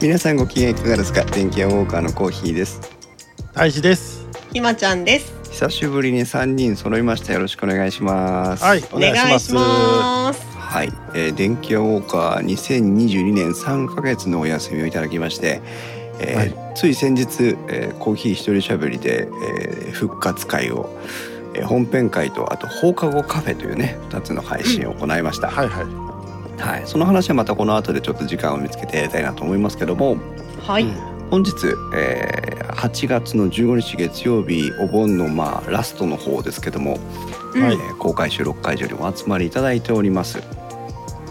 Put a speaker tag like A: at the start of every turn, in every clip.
A: 皆さんご機嫌いかがですか電気屋ウォーカーのコーヒーです
B: 大志です。
C: ひまちゃんです。
A: 久しぶりに3人揃いましたよろしくお願いします
B: はい、
C: お
B: お
C: 願
B: 願
C: い
B: い
C: し
B: し
C: ま。
B: ますす。
A: はい、えー電気屋ウォーカー2022年3ヶ月のお休みをいただきまして、えー
B: は
A: つい先日、えーコーヒー一人しゃべりで、えー復活会を、えー本編会とあと放課後カフェというね2つの配信を行いました、
B: はいは
A: はい、その話はまたこの後でちょっと時間を見つけてやりたいなと思いますけども
C: はい、
B: うん
A: 本日、えー8月の15日月曜日お盆のまあラストの方ですけども、
C: うん
B: はい
A: えー公開収録会場にお集まりいただいております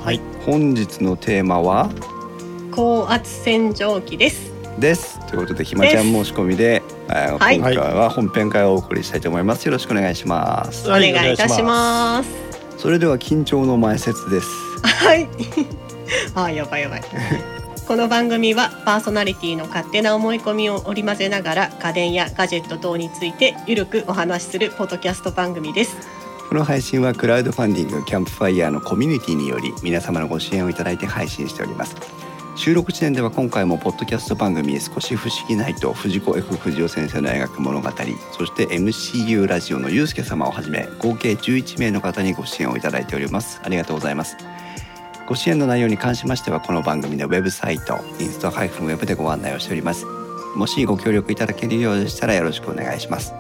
B: はい
A: 本日のテーマは
C: 高圧洗浄機です。
A: ですということでひまちゃん
C: で
A: 申し込みで、えー
C: はい
A: 今回は本編会をお送りしたいと思いますよろしくお願いします
C: お
B: は
C: 願
B: い
C: いいたします。
A: それでは緊張の前説です
C: はい。 あー、やばいやばい。この番組はパーソナリティの勝手な思い込みを織り交ぜながら家電やガジェット等についてゆるくお話しするポッドキャスト番組です。
A: この配信はクラウドファンディングキャンプファイヤーのコミュニティにより皆様のご支援をいただいて配信しております収録時点では今回もポッドキャスト番組「少し不思議ないと」藤子 F 不二雄先生の描く物語そして MCU ラジオのゆうすけ様をはじめ合計11名の方にご支援をいただいておりますありがとうございますご支援の内容に関しましてはこの番組のウェブサイトインスト -web でご案内をしておりますもしご協力いただけるようでしたらよろしくお願いします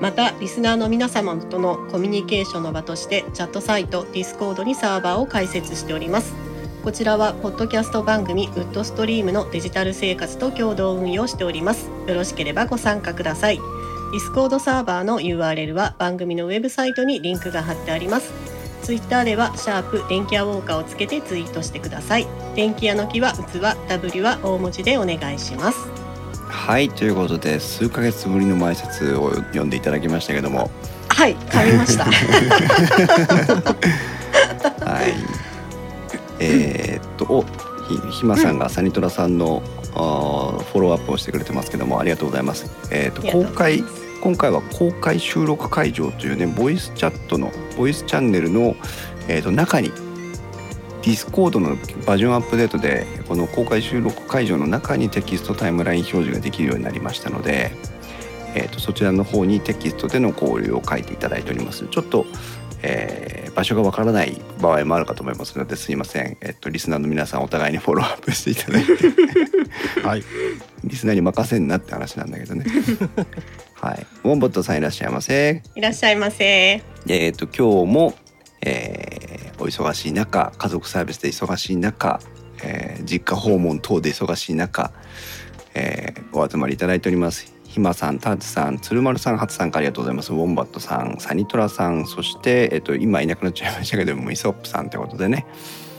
C: またリスナーの皆様とのコミュニケーションの場としてチャットサイト Discord にサーバーを開設しておりますこちらはポッドキャスト番組ウッドストリームのデジタル生活と共同運用しておりますよろしければご参加ください Discord サーバーの URL は番組のウェブサイトにリンクが貼ってあります Twitter では「シャープ電気屋ウォーカー」をつけてツイートしてください電気屋の木は器 W は大文字でお願いします
A: はいということで数ヶ月ぶりの前説を読んでいただきましたけども、
C: はい買いました
A: はい、えーっとおひひまさんがサニトラさんの、あーフォローアップをしてくれてますけどもありがとうございます。えーっと
C: ありがとう
A: 公
C: ござい
A: 開
C: ます
A: 今回は公開収録会場というねボイスチャットのボイスチャンネルの、えーっと中にディスコードのバージョンアップデートでこの公開収録会場の中にテキストタイムライン表示ができるようになりましたので、えー、とそちらの方にテキストでの交流を書いていただいておりますちょっと、えー場所がわからない場合もあるかと思いますのですいません、えー、とリスナーの皆さんお互いにフォローアップしていただいて
B: はい。
A: リスナーに任せんなって話なんだけどねはいウォンボットさんいらっしゃいませ
C: いらっしゃいませ
A: えー、と今日も、えーお忙しい中家族サービスで忙しい中、えー実家訪問等で忙しい中、えーお集まりいただいておりますひまさんターツさん鶴丸さんハツさんからありがとうございますウォンバットさんサニトラさんそして、えー、と今いなくなっちゃいましたけどもイソップさんってことでね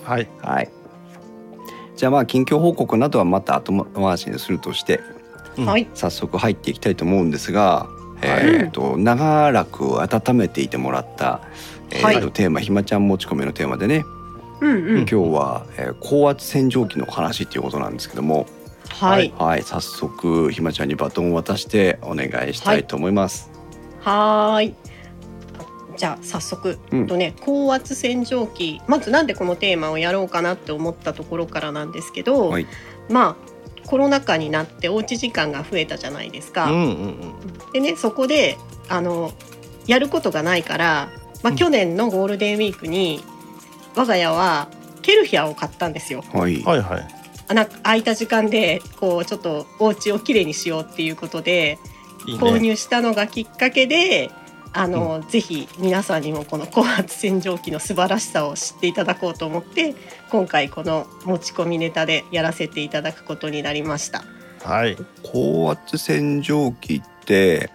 B: はい。
A: はいじゃあまあ近況報告などはまた後回しにするとして
B: うん
C: はい
A: 早速入っていきたいと思うんですが、えー、と長らく温めていてもらった、えー
C: は
A: とテーマ「ひまちゃん持ち込み」のテーマでね、
C: うんうん
A: 今日は、えー高圧洗浄機の話っていうことなんですけども、
C: はい。
A: はい、早速ひまちゃんにバトンを渡してお願いしたいと思います。
C: はーい。じゃあ早速、
A: うん
C: えっとね高圧洗浄機まずなんでこのテーマをやろうかなって思ったところからなんですけど、
A: はい
C: まあコロナ禍になっておうち時間が増えたじゃないです
B: う
C: か。
B: んうん
C: でねそこであのやることがないから、まあ、
B: うん
C: 去年のゴールデンウィークに、我が家はケルヒアを買ったんですよ。
A: はい、
B: うん。はいはい。
C: あなんか空いた時間でこうちょっとお家をきれいにしようっていうことで
B: いい
C: 購
B: ね。
C: 入したのがきっかけで、あの、ぜひ皆さんにもこの高圧洗浄機の素晴らしさを知っていただこうと思って今回この持ち込みネタでやらせていただくことになりました。
B: はい。
A: 高圧洗浄機って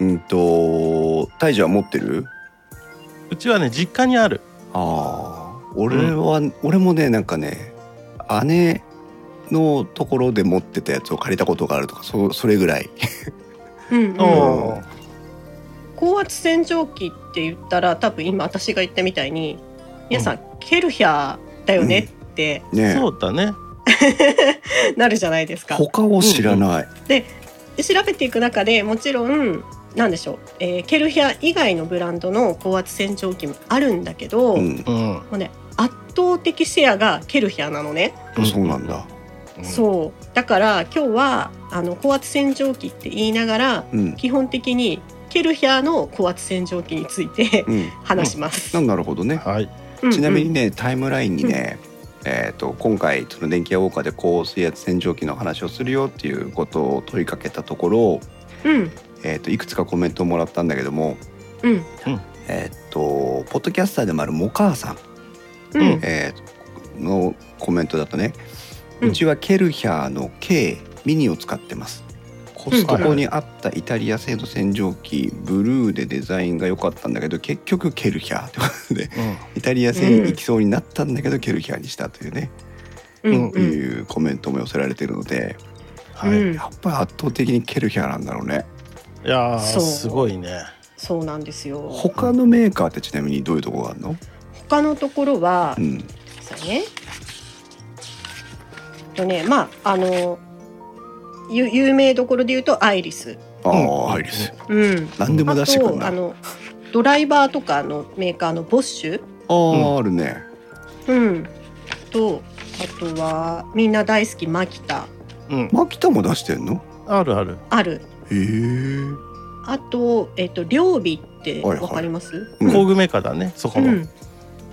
A: うんと大樹は持ってる
B: うちはね、実家にある。
A: ああ俺は、俺もねなんかね姉のところで持ってたやつを借りたことがあるとかそそれぐらい
C: うん
B: お
C: うん、
B: ー
C: 高圧洗浄機って言ったら多分今私が言ったみたいに皆さん、ケルヒャーだよねって
A: ね
B: そうだね。
C: なるじゃないですか。
A: 他を知らない、
C: で調べていく中でもちろんなんでしょう、えーケルヒャー以外のブランドの高圧洗浄機もあるんだけど、
A: うん
B: うん。
C: もうね圧倒的シェアがケルヒャーなのね
A: そうなんだ、
B: ううん
C: そうだから今日はあの高圧洗浄機って言いながら
A: うん
C: 基本的にケルヒャーの高圧洗浄機について
A: うん
C: 話します。
A: ななるほどね
B: はい。
C: うん
A: ちなみにねタイムラインにね、えー、と今回その電気屋ウォーカーで高水圧洗浄機の話をするよっていうことを問いかけたところ、
C: うん
A: えー、といくつかコメントをもらったんだけども、
C: うん
A: えー、とポッドキャスターでもあるモカーさん、
C: うん
B: うん
A: えーのコメントだとね、
C: う
A: うんちはケルヒャーの K ミニを使ってます。コストコにあったイタリア製の洗浄機、ブルーでデザインが良かったんだけど結局ケルヒャーってことでイタリア製に行きそうになったんだけど、ケルヒャーにしたというね、
C: うんうん
A: いうコメントも寄せられてるので
B: うん。はい。
C: う
B: い
C: ん
A: やっぱり圧倒的にケルヒャーなんだろうね
B: やー
C: そう
B: すごいね。
C: そうなんですよ。
A: 他のメーカーってちなみにどういうとこがあるの、
C: 他のところは
A: う、ん
C: そうね。とねまああのゆ有名どころで言うとアイリス。
A: ああ、
B: うん
A: アイリス
C: うん。
A: 何でも出
C: あ
A: してくる
C: と
A: な
C: あ
A: あ
C: のドライバーとかのメーカーのボッシュ。
A: あーあるね
C: うん。とあとはみんな大好きマキタ
B: うん。
A: マキタも出してんの
B: あるある。
C: ある。
A: へえ
C: あとえっ、と両備って
A: はい
C: わ
A: はい
C: かります？
A: うん
B: 工具メーカーだね。そこ
C: う
B: の。
C: ん。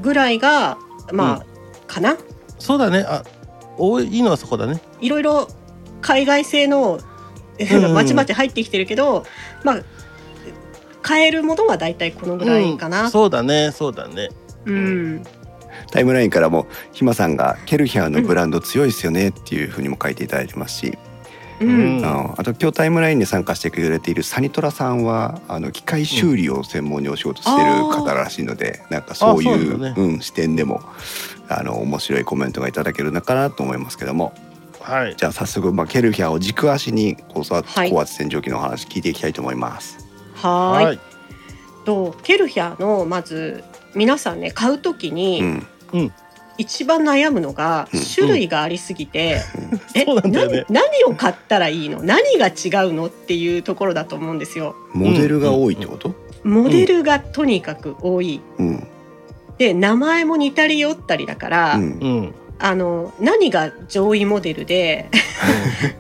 C: ぐらいがまあ、かな。
B: そうだね。あ、多いのはそこだね。
C: いろいろ海外製の
B: んうん
C: まちまち入ってきてるけど、まあ買えるものはだいたいこのぐらいか
B: う。
C: なん
B: そうだね。そうだね。
C: うん、
A: タイムラインからもひまさんがケルヒャーのブランド強いですよねっていうふうにも書いていただいてますし、
C: う、
B: うんん
A: あのあと今日タイムラインに参加してくれているサニトラさんはあの機械修理を専門にお仕事してる方らしいので、なんかそうい
B: あそう
A: う
B: なんだね
A: うん、視点でもあの面白いコメントがいただけるのかなと思いますけども
B: はい。
A: じゃあ早速、まあ、ケルヒャーを軸足に高圧,、
C: はい
A: 高圧洗浄機のお話聞いていきたいと思います。
C: はーい
B: はい。
C: とケルヒャーのまず皆さんね買うとき
A: う
C: に
A: ん、
C: 一番悩むのが
A: うん
C: 種類がありすぎて、え
B: そうなんだよね
C: 何何を買ったらいいの何が違うのっていうところだと思うんですよ。
A: モデルが多いってこと、
C: モデルがとにかく多い、
A: うんうん
C: で名前も似たり寄ったりだから、
B: うん。
C: あの何が上位モデ ルで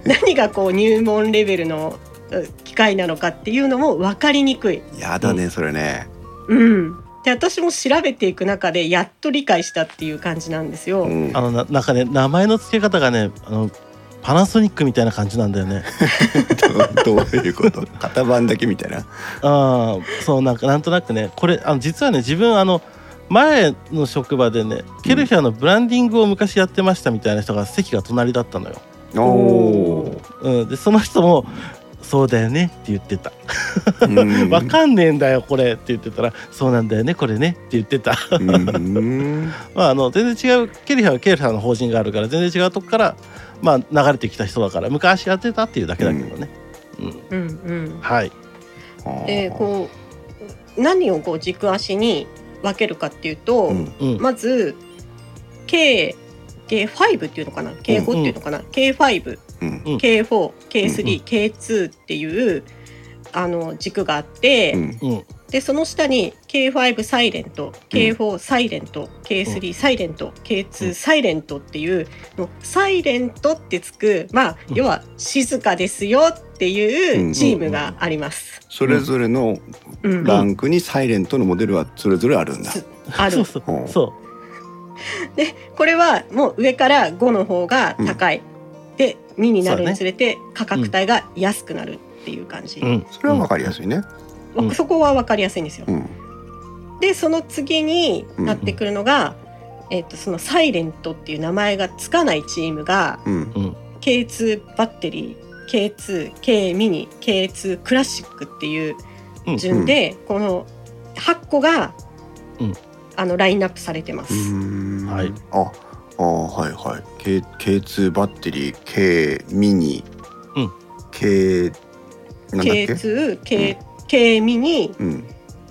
C: 何がこう入門レベルのう機械なのかっていうのも分かりにくい。
A: やだねそれね。
C: うん、で私も調べていく中でやっと理解したっていう感じなんですよ。
A: うん
B: あのななんかね名前の付け方がねあのパナソニックみたいな感じなんだよね。
A: どういうこと型番だけみたいな。
B: ああそうなんかなんとなくねこれあの実はね自分あの前の職場でねケルヒャーのブランディングを昔やってましたみたいな人が席が隣だったのよ。
A: おー
B: うん、でその人もそうだよねって言ってた。
A: うん
B: わかんねえんだよこれって言ってたら、そうなんだよねこれねって言ってた。
A: うん
B: まああの全然違うケルヒャーはケルヒャーの法人があるから全然違うとこからまあ流れてきた人だから昔やってたっていうだけだけどね。うん、
C: うんうん、
B: はい。
C: でこう何をこう軸足に分けるかっていうと、
A: うん
B: うん。
C: まず K K5 っていうのかな K5 っていうのかな、K5
A: うん、
B: うん
A: う
C: K4、
A: んうん
C: K3、K2 っていうあの軸があって、
A: うん
B: うん。
C: でその下に K5 サイレント、K4 サイレント、K3 サイレント、
B: うん
C: K2 サイレントっていうのサイレントってつくまあ
B: うん
C: 要は静かですよっていうチームがあります。
A: それぞれの
C: うん、
A: ランクにサイレントのモデルはそれぞれあるんだ。
C: すあ
B: そ
C: る
B: う。そう
A: うん
B: そ
C: これはもう上から5の方が高い、で2になるにつれて価格帯が安くなるっていう感じ。
B: う。うん。
A: それはわかりやすいね。
B: うん
C: そこは分かりやすいんですよ。
A: うん、
C: でその次になってくるのが、えっとそのサイレントっていう名前がつかないチームが
A: うん、
B: うん。
C: K2 バッテリー K2、K ミニ、K2 クラシックっていう順で、この8個が、
B: うん
C: あのラインナップされてます。
A: うん
B: はい。
A: あ、あ、はいはい。K K2 バッテリー、K ミニ、
B: うん、
A: K なんだっけ？
C: K2、K, K ミニ、
A: うん。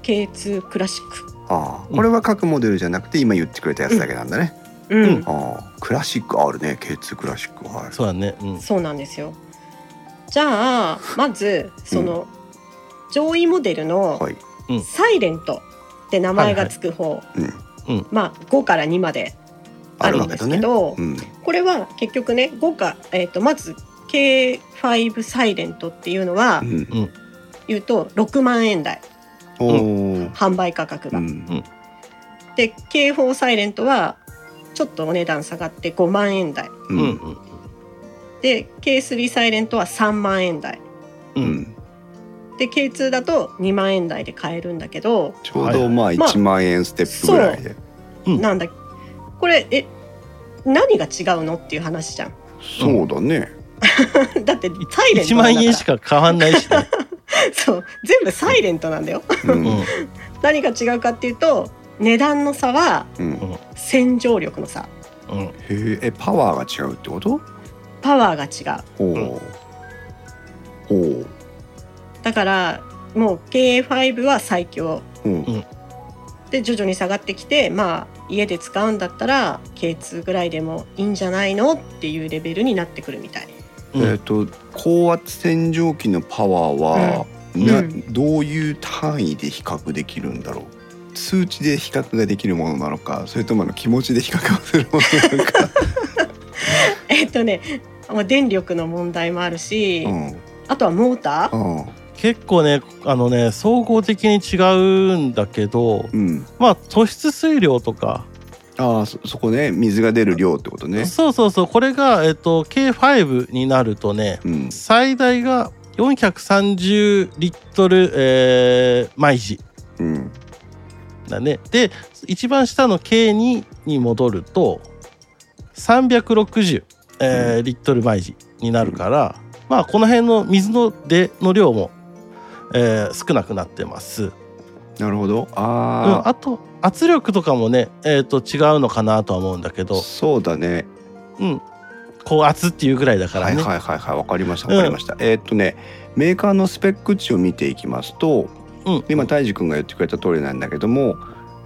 C: K2 クラシック。
A: ああ、これは各モデルじゃなくて今言ってくれたやつだけなんだね。
C: うん、
B: うん
A: ああ、クラシックあるね。K2 クラシックはい。
B: そうだね。うん。
C: そうなんですよ。じゃあまずその、上位モデルの
A: はい。
B: うん
C: サイレントって名前がつく方、
A: うん。
B: うん。
C: まあ5から2まであるんですけ
A: ある
C: ど、
A: うん
C: これは結局ね5か、えー、とまず K5 サイレントっていうのは
A: うん
C: 言うと6万円台
A: おー
C: 販売価格
A: う
C: が。
A: ん
C: で K4 サイレントはちょっとお値段下がって5万円台
A: う
B: うん
A: ん
B: うん
C: で K3 サイレントは3万円台
B: う
A: うんん
C: で K2 だと2万円台で買えるんだけど
A: ちょうどまあ
C: まあ
A: 1万円ステップぐらいで
B: うん
C: なんだこれえ何が違うのっていう話じゃん
A: そうだね
C: だってサイレント
B: 1
C: なんだ
B: 万
C: から
B: 円しか変わんないしね
C: そう全部サイレントなんだよ
A: うん
B: うん
C: 何が違うかっていうと値段の差は
A: うんへ
C: 洗浄力の差
B: うん
A: ーえパワーが違うってこと
C: パワーが違う
A: お
B: うん
A: おおう
C: だからもう KA5 は最強
A: うん
C: で徐々に下がってきてまあ家で使うんだったら K2 ぐらいでもいいんじゃないのっていうレベルになってくるみたい
B: うん
A: えっと高圧洗浄機のパワーは、
C: ん
A: な
C: うん
A: どういう単位で比較できるんだろう数値で比較ができるものなのかそれともあの気持ちで比較をするものなのか、
C: えっとねまあ電力の問題もあるし、
A: うん
C: あとはモーター
A: ああ
B: 結構ねあのね総合的に違うんだけど
A: うん、
B: まあ突出水量とか、
A: ああそそこね水が出る量ってことね、
B: そうそうそうこれが、えっと K5 になるとね
A: うん、
B: 最大が430リットル、えー毎時
A: うん、
B: だねで一番下の K2 に戻ると360、えーリットル毎時になるから、まあこの辺の水の出の量も、えー少なくなってます。
A: なるほど
B: あ,、
A: あ
B: うん、あと圧力とかもね、えー、と違うのかなとは思うんだけ
A: あ、
B: ど、
A: そうだね
B: うん、高圧っていうぐらいだからね。
A: はいはいはいはいわかりましたわかりました、えーっとねメーカーのスペック値を見ていきますと
B: うん、
A: 今泰治君が言ってくれた通りなんだけども、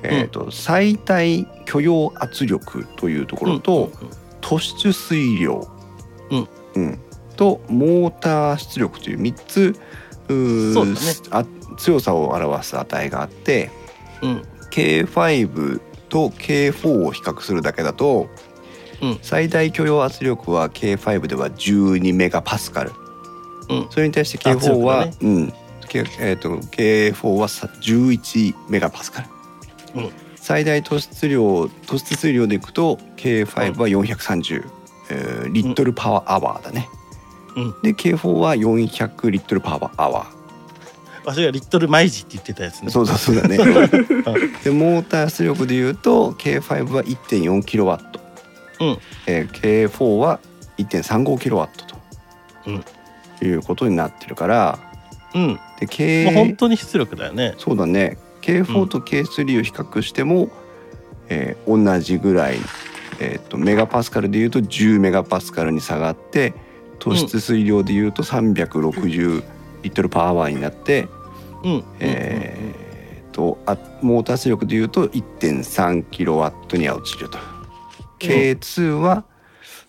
A: えーっと最大許容圧力というところと、突出水量、
B: うん
A: うんとモーター出力という3つうー
B: そうだね
A: あ強さを表す値があって
B: うん
A: K5 と K4 を比較するだけだと、
B: うん
A: 最大許容圧力は K5 では12メガパスカル、
B: うん
A: それに対して
B: 圧
A: K4
B: 力
A: は、
B: だね
A: うん、K えー、と K4 はさ11メガパスカル、
B: うん
A: 最大突出量突出水量でいくと K5 は430、えーリットルパワーアワーだね、
B: うん
A: で K4 は400リットルパワーアワー
B: わしがリットル毎時って言ってたやつね。
A: そうだそうだね。でモーター出力で言うと K5 は1.4キロワット、
B: うん
A: えー K4 は1.35キロワットと、いうことになってるから、
B: うん、
A: で
B: もう本
A: K
B: 当に出力だよね。
A: そうだね。K4 と K3 を比較しても、えー同じぐらい、えー、とメガパスカルで言うと10メガパスカルに下がって突出水量で言うと360リットルパワーになって。
B: うん、
A: えーとあモーター出力でいうと1.3キロワットには落ちると。K2 は、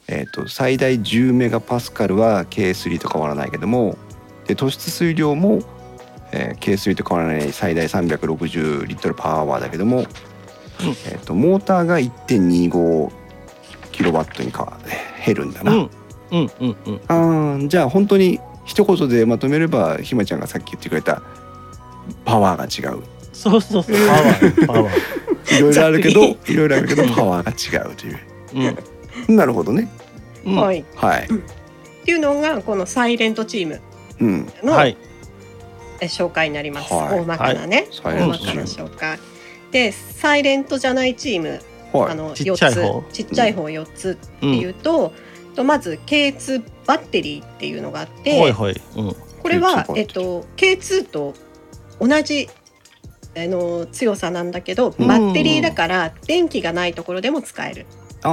A: えー、と最大10メガパスカルは K3 と変わらないけどもで突出水量も、えー K3 と変わらない最大360リットルパワーだけども、えー、とモーターが1.25キロワットに変わ減るんだ
B: う
A: な。
B: ん、うん、うん、うん、
A: あーじゃあ本当に一言でまとめればひまちゃんがさっき言ってくれたパワーが違う
B: そうそうそう、パワー、パワー。
A: いろいろあるけ
C: ざっ
A: どいろいろあるけどパワーが違うという
B: う
A: なるほどね
B: ん、、
C: はいい、っ
A: はい
C: ていうのがこのサイレントチーム
A: うん
C: の、
B: はい、
C: え紹介になります、
A: はい
C: 大まかなね、
A: はい
C: 大まかな紹介。でサイレントじゃないチーム、
A: は
C: あ
A: い
C: の
B: ちっちゃい方
C: 4つちっちゃい方4つ
B: う
C: ってい
B: ん、
C: うと,、とまず K2 バッテリーっていうのがあって、
B: ほいほい、うん、
C: これは
A: K2
C: えっと K2 と同じあの強さなんだけど
A: うん
C: バッテリーだから電気がないところでも使える。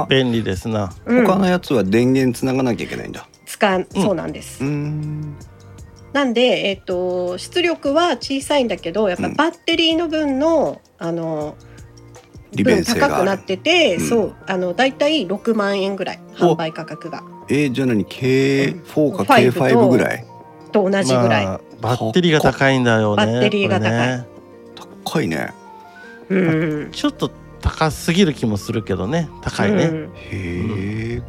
B: 便利ですな。
C: うん
A: 他のやつは電源つながなきゃいけないんだ
C: 使う
B: うん
C: そうなんです、
A: うーん
C: なんで、えっと出力は小さいんだけどやっぱ
A: うん
C: バッテリーの分の、あの
A: 利便性
C: 高
A: が
C: く
A: あ
C: なっ
A: る
C: てて、
A: うん
C: そうあのだいたい6万円ぐらい販売価格が
A: えーじゃあ何 K4 か
C: 5と
A: K5 ぐらい
C: と同じぐらい、
B: まあ、バッテリーが高いんだよね。
C: バッテリーが高
B: こ
C: い
B: れね
A: 高いね
C: うん
B: ちょっと高すぎる気もするけどね高いね、
C: うん
A: へえ。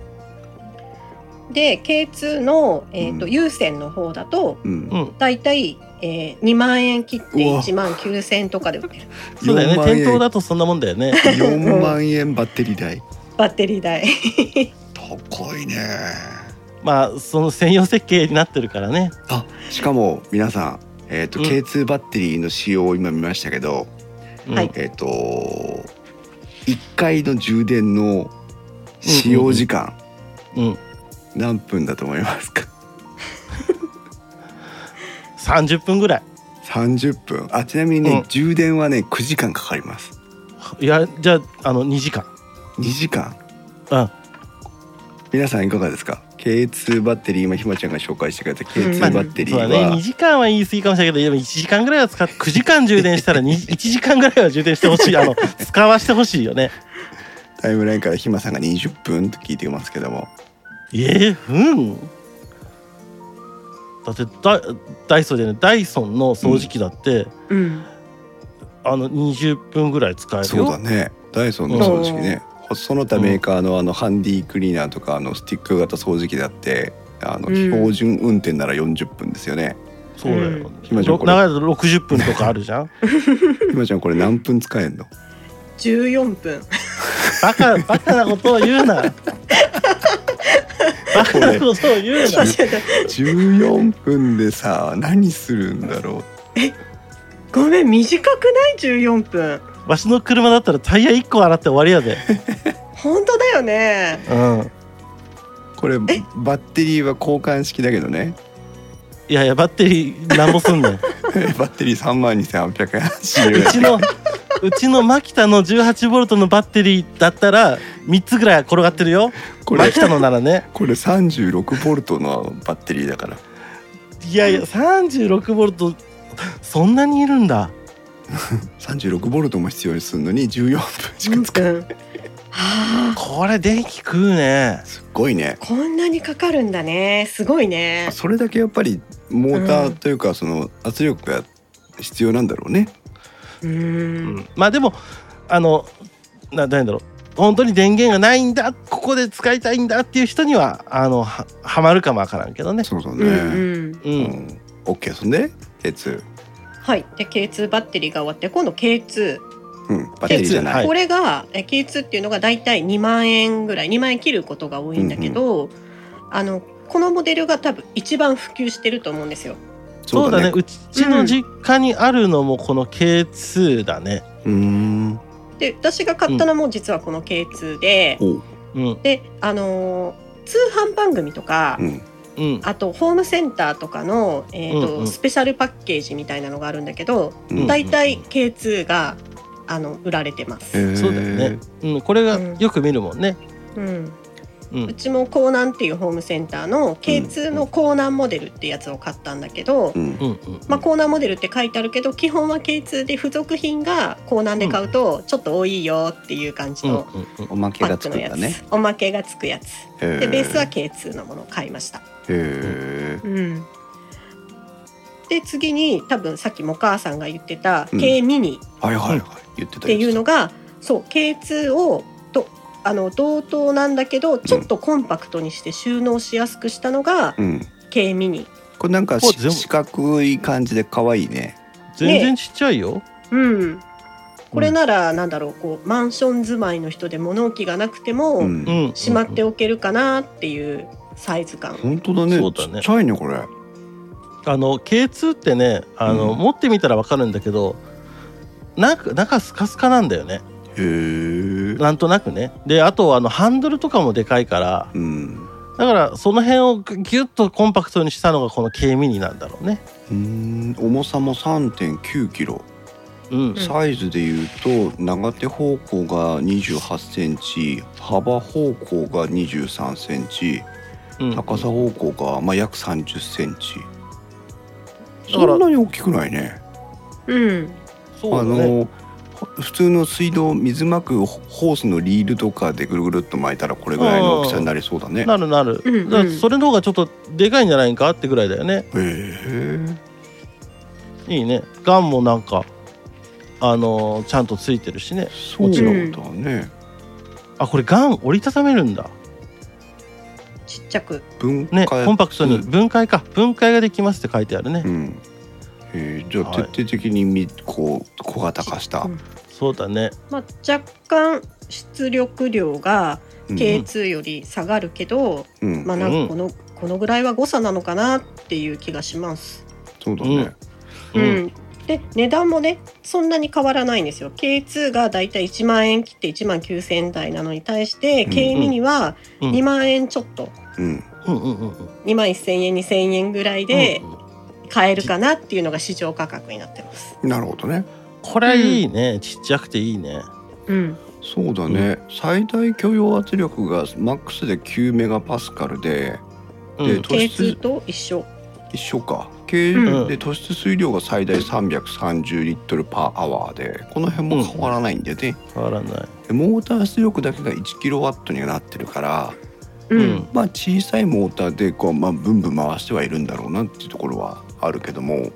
C: で K2 の、えーと
A: うん
C: 有線の方だと
A: うん
B: うん
C: だいたい、えー、2万円切って
A: うわ
C: 1万9000円とかで売ってる
B: そうだよね店頭だ
A: 4
B: とそんなもんだよね
A: 万円バッテリー代。
C: バッテリー代
A: 高いね。
B: まあその専用設計になってるからね
A: あ、しかも皆さん、えっ、と、
B: うん
A: K2 バッテリーの使用を今見ましたけど、
B: うん
C: はい
A: えっ、と1回の充電の使用時間、
B: うん
A: 何分だと思いますか
B: 30分ぐらい
A: 30分あちなみにね、
B: うん
A: 充電はね9時間かかります
B: いやじゃああの2時間
A: 2時間
B: うん
A: 皆さんいかがですか K2 バッテリー今ひまちゃんが紹介してくれた
C: まあ
A: K2 バッテリー
B: そう
A: は、
B: だね2時間は言い過ぎかもしれないけどでも1時間ぐらいは使って9時間充電したら1時間ぐらいは充電してほしいあの使わしてほしいよね
A: タイムラインからひまさんが20分って聞いてますけども
B: えー、うんだってダダイソーじゃないダイソンの掃除機だって、
C: うん
B: あの20分ぐらい使える
A: そう
B: よ
A: だねダイソンの掃除機ねその他メーカーのあのハンディクリーナーとかあのスティック型掃除機だってあの
C: うん
A: 標準運転なら40分ですよね、
B: そうだよ、
C: うん
A: 暇じゃん
B: ろ
A: これ
B: 長いと60分とかあるじゃ ん
A: ひまちゃんこれ何分使えんの
C: 14分
B: バカバカなことを言う なバカなことを言うな
A: 14分でさ何するんだろ
C: ごめん短くない14分
B: わしの車だったらタイヤ1個洗って終わりやで
C: 本当だよね
B: うん
A: うこれバ
C: え
A: ッテリーは交換式だけどね
B: いやいやバッテリーなんぼすんねんう
A: バッテリー3万2880円
B: ちのうちのマキタの18ボルトのバッテリーだったら3つぐらいは転がってるよ
A: こ
B: マ
A: れ
B: キタのならね
A: これ36ボルトのバッテリーだから
B: いやいや36ボルトそんなにいるんだ
A: 36ボルトも必要にするのに14分しか使う、
C: うんはあ
B: これ電気食うね
A: すっごいね
C: こんなにかかるんだねすごいね
A: それだけやっぱりモーターというかその圧力が必要なんだろうね、
C: う
B: うんんまあでもあのな何だろう本当に電源がないんだここで使いたいんだっていう人にはあのははまるかもわからんけどね
A: そうそう
C: う
A: ね、
C: んう
B: う
C: ん
A: うんん、OK そんで K2
C: はいで K2 バッテリーが終わって今度 K2
A: うんバッテリーじゃない、
B: はい
C: これがえ K2 っていうのがだいたい2万円ぐらい2万円切ることが多いんだけど、あのこのモデルが多分一番普及してると思うんですよ。
B: そうだねうちの実家にあるのもこの K2 だね
A: うーん
C: で私が買ったのも実はこの K2 で、
A: おう
B: うん
C: であのー通販番組とか、
A: うん
B: うん
C: あとホームセンターとかの、えーと
B: うんうん
C: スペシャルパッケージみたいなのがあるんだけど、
A: うん
C: だいたい K2 があの売られてます。
A: へー
B: そうだよね、うん、これが
C: うん
B: よく見るもんね
C: うん
B: うん
C: うちも江南っていうホームセンターの K2 の江南モデルってやつを買ったんだけど、
A: うん
B: うんうん
C: まあ、江南モデルって書いてあるけど基本は K2 で付属品が江南で買うとちょっと多いよっていう感じ
B: うんうん
C: の
B: うん
A: おまけ
C: パッ
A: が
C: ク
A: 作
C: の
A: っ
C: や
A: た
C: つ、
A: ね
C: おまけがつくやつ
A: で
C: でベースは K2 のものを買いました。
A: へ
C: うん、で次に多分さっきも母さんが言ってた
A: うん
C: K ミニ
A: ーはいはいはい言って
C: ったていう
A: 言
C: の
A: って
C: が、そう K2 をとあの同等なんだけどちょっとコンパクトにして収納しやすくしたのが
A: たうん
C: K ミニ。
A: これなんか
B: こ
A: し
B: う全部
A: 四角い感じで可愛いね
B: 全然ちっちゃいよ、
C: うん、これならなんだろうこうマンション住まいの人で物置がなくて
A: う
C: も
A: ん
B: うんうん
C: しまっておけるかなっていうサイズ感。
A: 本当だね
B: そうだね
A: ちっちゃいねこれ
B: あの K2 ってねあの、
A: うん
B: 持ってみたらわかるんだけど中中スカスカなんだよね
A: へえ
B: なんとなくねであとあのハンドルとかもでかいから
A: うん
B: だからその辺をギュッとコンパクトにしたのがこの K ミニなんだろうね
A: うーん重さも3 9キロ
B: うん
A: サイズでいうと長手方向が2 8センチ幅方向が2 3センチ
B: うん
A: 高さ方向がまあ約3 0センチ
B: だから
A: そんなに大きくないね
C: うん、
B: そうだ
A: あ
B: ね
A: のほ普通の水道水まくホホースのリールとかでぐるぐるっと巻いたらこれぐらいの大きさになりそうだね。へ
B: なるなる、
C: うんうん
B: だからそれの方がちょっとでかいんじゃないかってぐらいだよね
A: え
B: いいねガンもなんかあのちゃんとついてるしね
A: そ
B: も
A: う
B: ちろん
A: だね
B: あこれガン折りたためるんだ
C: ちっちゃく
A: 分
B: ね
A: 解
B: コンパクトに分解か分解ができますって書いてあるね、
A: うんえーじゃあ
B: はい
A: 徹底的にみこう小型化した、
C: うん
B: そうだね
C: まあ、若干出力量が
A: うん
C: K2 より下がるけど、
A: うん
C: まあなんかこの、このぐらいは誤差なのかなっていう気がします。
A: そうだね、
C: うんで値段もねそんなに変わらないんですよ K2 がだいたい1万円切って1万9,000円台なのに対して、
A: うん
C: K2 には
B: うん
C: 2万円ちょっと、
A: うん
B: うんうんうんうん
C: 2万1,000円2,000円ぐらいで
B: うんうん
C: 買えるかなっていうのが市場価格になってます。
A: なるほどね
B: これいいね、ちっちゃくていいね
C: うん、
A: そうだね、最大許容圧力がマックスで9メガパスカルで
B: う
A: で
B: ん
A: と突出
C: K2 と一緒。
A: 一緒か K
C: うん
A: で突出水量が最大330リットルパーアワーでこの辺も変わらないんだよね、
B: 変わらない
A: でモーター出力だけが1キロワットにはなってるから
C: うん
A: まあ小さいモーターでこう、まあ、ブンブン回してはいるんだろうなっていうところはあるけども、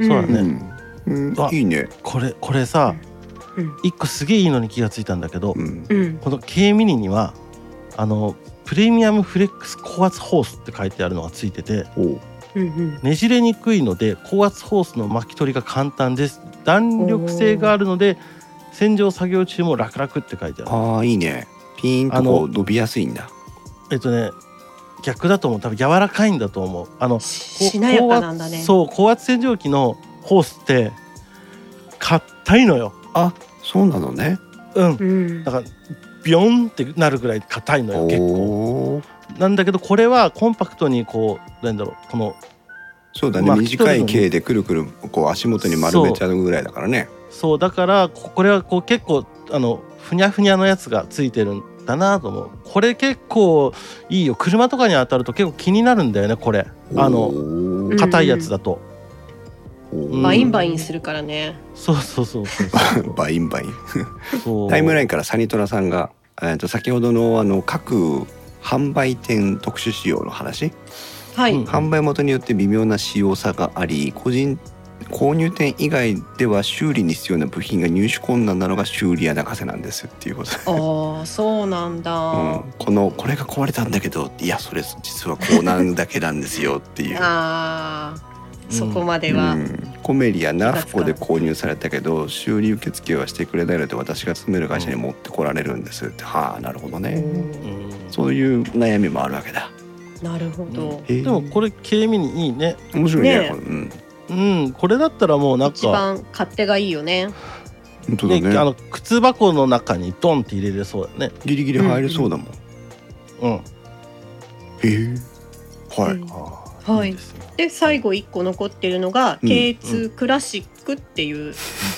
B: そうだね
A: うんうん
B: あ
A: いいね、
B: これこれさ
C: うん
B: 一個すげえいいのに気がついたんだけど、
A: うん、
C: うん
B: この K ミニにはあのプレミアムフレックス高圧ホースって書いてあるのがついてて
A: おう
C: うん
B: ねじれにくいので高圧ホースの巻き取りが簡単です弾力性があるので洗浄作業中も楽々って書いてある
A: あーいいねピーンとこう伸びやすいんだ
B: えっとね逆だと思う多分柔らかいんだと思うあの
C: うん、ししなやかなんだ
B: 高
C: ね
B: 圧。そう高圧洗浄機のホースって硬いのよ
A: あそうなのね
B: うん
C: うん
B: だからビョンってなるぐらい硬いのよ結構
A: おー
B: なんだけどこれはコンパクトにこうなんだろうこの
A: そうだね、
B: まあ
A: 短い
B: 一人の
A: 径でくるくるこう足元に丸めちゃうぐらいだからね
B: そうだからここれはこう結構あのふにゃふにゃのやつがついてるんだなと思うこれ結構いいよ車とかに当たると結構気になるんだよねこれあの
A: の
C: うん
B: 硬いやつだと、うん
C: バインバインするからね。
B: そうそうそうそうそう
A: バインバイン
B: そ う
A: タイムライ
B: ン
A: ンからサニトラさんが、えー、と先ほどのあの各販売店特殊仕様の話、
C: はい。
B: うん
A: 販売元によって微妙な仕様差があり個人購入店以外では修理に必要な部品が入手困難なのが修理屋泣かせなんですっていうことで、
C: ああ、そうなんだ。
A: うん、このこれが壊れたんだけどいやそれ実はこうなんだけなんですよっていう。
C: ああ、そこまで
A: う
C: は。
A: ん、コメリアナフコで購入されたけど修理受付はしてくれないので私が勤める会社に持ってこられるんですって、はあなるほどね、
B: うん
A: そういう悩みもあるわけだ
C: なるほど。
A: へえ
B: でもこれ軽ミニいいね
A: 面白いね
C: ねえ
A: これうん
B: うんこれだったらもうなん
C: 一
B: か、
C: 番勝手がいいよね。
A: 本当だ
B: ね
A: ね
B: あの靴箱の中にドンって入れれそうだね
A: ギリギリ入れそうだもん、
B: うん
A: へえはい、
C: うん
A: ああ
C: はい
B: ですね
C: で、最後一個残ってるのが、
A: うん
C: K2 クラシックっていう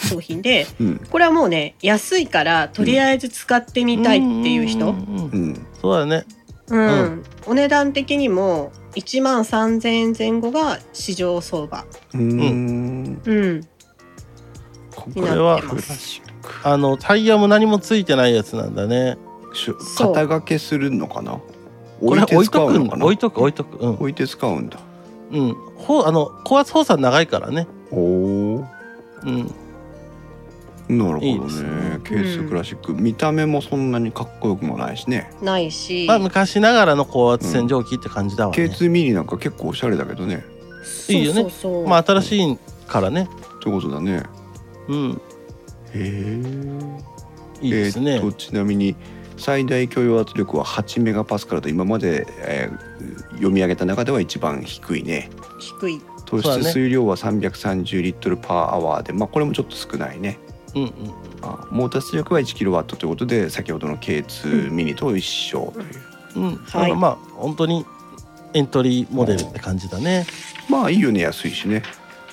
C: 商品で、
A: うん
C: これはもうね、安いからとりあえず使ってみたいっていう人、
B: んんうん
A: うん
B: そうだね
C: うん
B: ん
C: お値段的にも1万3000円前後が市場相場、
A: うーん
C: うん、
A: こ
C: に
A: こ
B: れ
A: は
C: なって
A: ク
C: ま
A: ラ
C: す。
A: シック
B: あのタイヤも何もついてないやつなんだね
A: しょ
C: そう
A: 肩掛けするのかな
B: こ
A: 置
B: れ
A: いて
B: 置い
A: 使
B: と
A: う
B: く
A: の
B: ん
A: か
B: だ
A: な
B: 置いとく置いとくうん
A: 置いて使うんだ
B: うんほうあの高圧放散長いからね
A: おお
B: うん
A: なるほどね
B: いいですね
A: ケースクラシック、見た目もそんなにかっこよくもないしね
C: ないし、
B: まあ昔ながらの高圧洗浄機って感じだわね、
A: K2 ミリなんか結構おしゃれだけどね
C: そう
B: いいよね
C: そうそう、
B: まあ新しいからね
A: ってことだね
B: うん
A: へえ
B: いいです
A: え
B: ね
A: ーとちなみに最大許容圧力は8メガパスカルと今まで、えー読み上げた中では一番低いね
C: 低い。
A: 糖
B: そうだ
A: 質
B: ね
A: 水量は330リットルパーアワーで、まあ、これもちょっと少ないね
B: うんうん
A: あモーター出力は1キロワットということで先ほどの K2 ミニと一緒という、
B: うんうんだか
C: はい
B: らまあ本当にエントリーモデルって感じだね
A: まあいいよね安いしね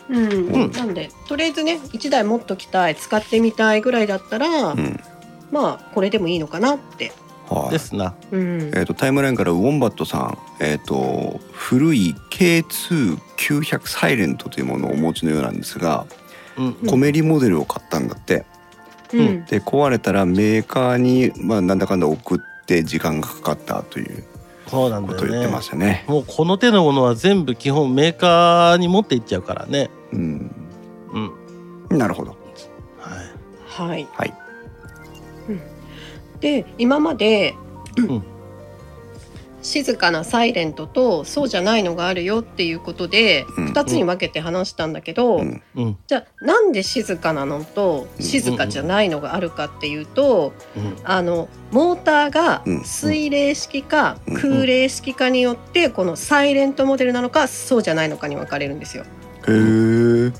C: うん
A: うん
C: なんでとりあえずね1台持っときたい使ってみたいぐらいだったら、
A: うん
C: まあこれでもいいのかなって、
A: はい
B: ですな
C: うん
A: えー、とタイムラインからウォンバットさん、えー、と古い K2900 サイレントというものをお持ちのようなんですが
B: うん
C: うん
A: コメリモデルを買ったんだって、
C: うん
A: で壊れたらメーカーに、まあ、なんだかんだ送って時間がかかったという
B: そうなん
A: こ
B: だ
A: とを
B: よ
A: 言ってま
B: ね
A: したね。
B: もうこの手のものは全部基本メーカーに持っていっちゃうからね
A: うん、
B: うん
A: なるほど。
B: はい
C: はい。
A: はい
C: うんで今まで、
B: ん
C: 静かなサイレントとそうじゃないのがあるよっていうことで、
A: う
C: 二
A: ん
C: 2つに分けて話したんだけど、
A: うん
B: うん
C: じゃあなんで静かなのと
A: うん
C: 静かじゃないのがあるかっていうと、
B: うん
C: あのモーターが
A: うん
C: 水冷式か
A: うん
C: 空冷式かによってこのサイレントモデルなのかそうじゃないのかに分かれるんですよ。
A: へえ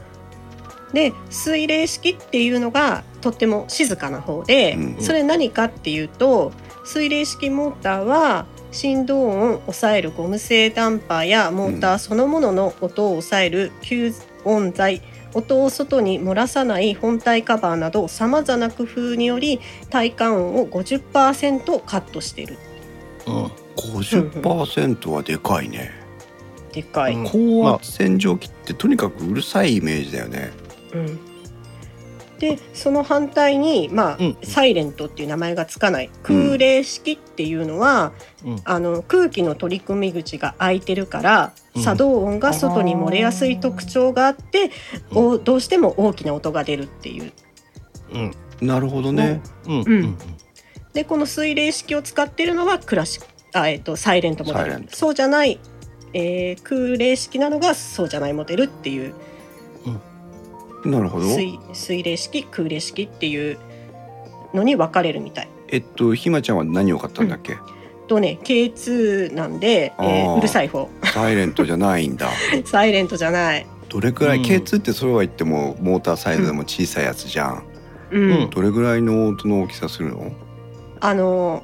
C: で水冷式っていうのがとっても静かな方で、
A: うん
C: それ何かっていうと水冷式モーターは振動音を抑えるゴム製ダンパーやモーターそのものの音を抑える吸音材音を外に漏らさない本体カバーなどさまざまな工夫により体感音を50%カットしている
B: うん
A: 50%はでかいね
C: でかい、
B: うん
A: 高圧洗浄機ってとにかくうるさいイメージだよね
C: うんでその反対に、まあ
B: うん
C: サイレントっていう名前がつかない空冷式っていうのは、
B: うん
C: あの空気の取り込み口が開いてるから
B: うん
C: 作動音が外に漏れやすい特徴があって、
B: うん
C: おどうしても大きな音が出るっていう。
B: うん
A: なるほどね
B: うん
C: うんでこの水冷式を使ってるのはクラシックあ、えっとサイレントモデ
A: サイレン
C: ル
A: ト
C: そうじゃない、えー空冷式なのがそうじゃないモデルっていう
A: なるほど
C: 水水冷式空冷式っていうのに分かれるみたい。
A: えっとひまちゃんは何を買ったんだっけ、
C: とね K2 なんで、えー
A: あー
C: うるさい方
A: サイレントじゃないんだ
C: サイレントじゃない、
A: どれくらい、
B: うん
A: K2 ってそれは言ってもモーターサイズでも小さいやつじゃん、
C: うん
B: うん
A: どれぐらいの音の大きさするの
C: あのー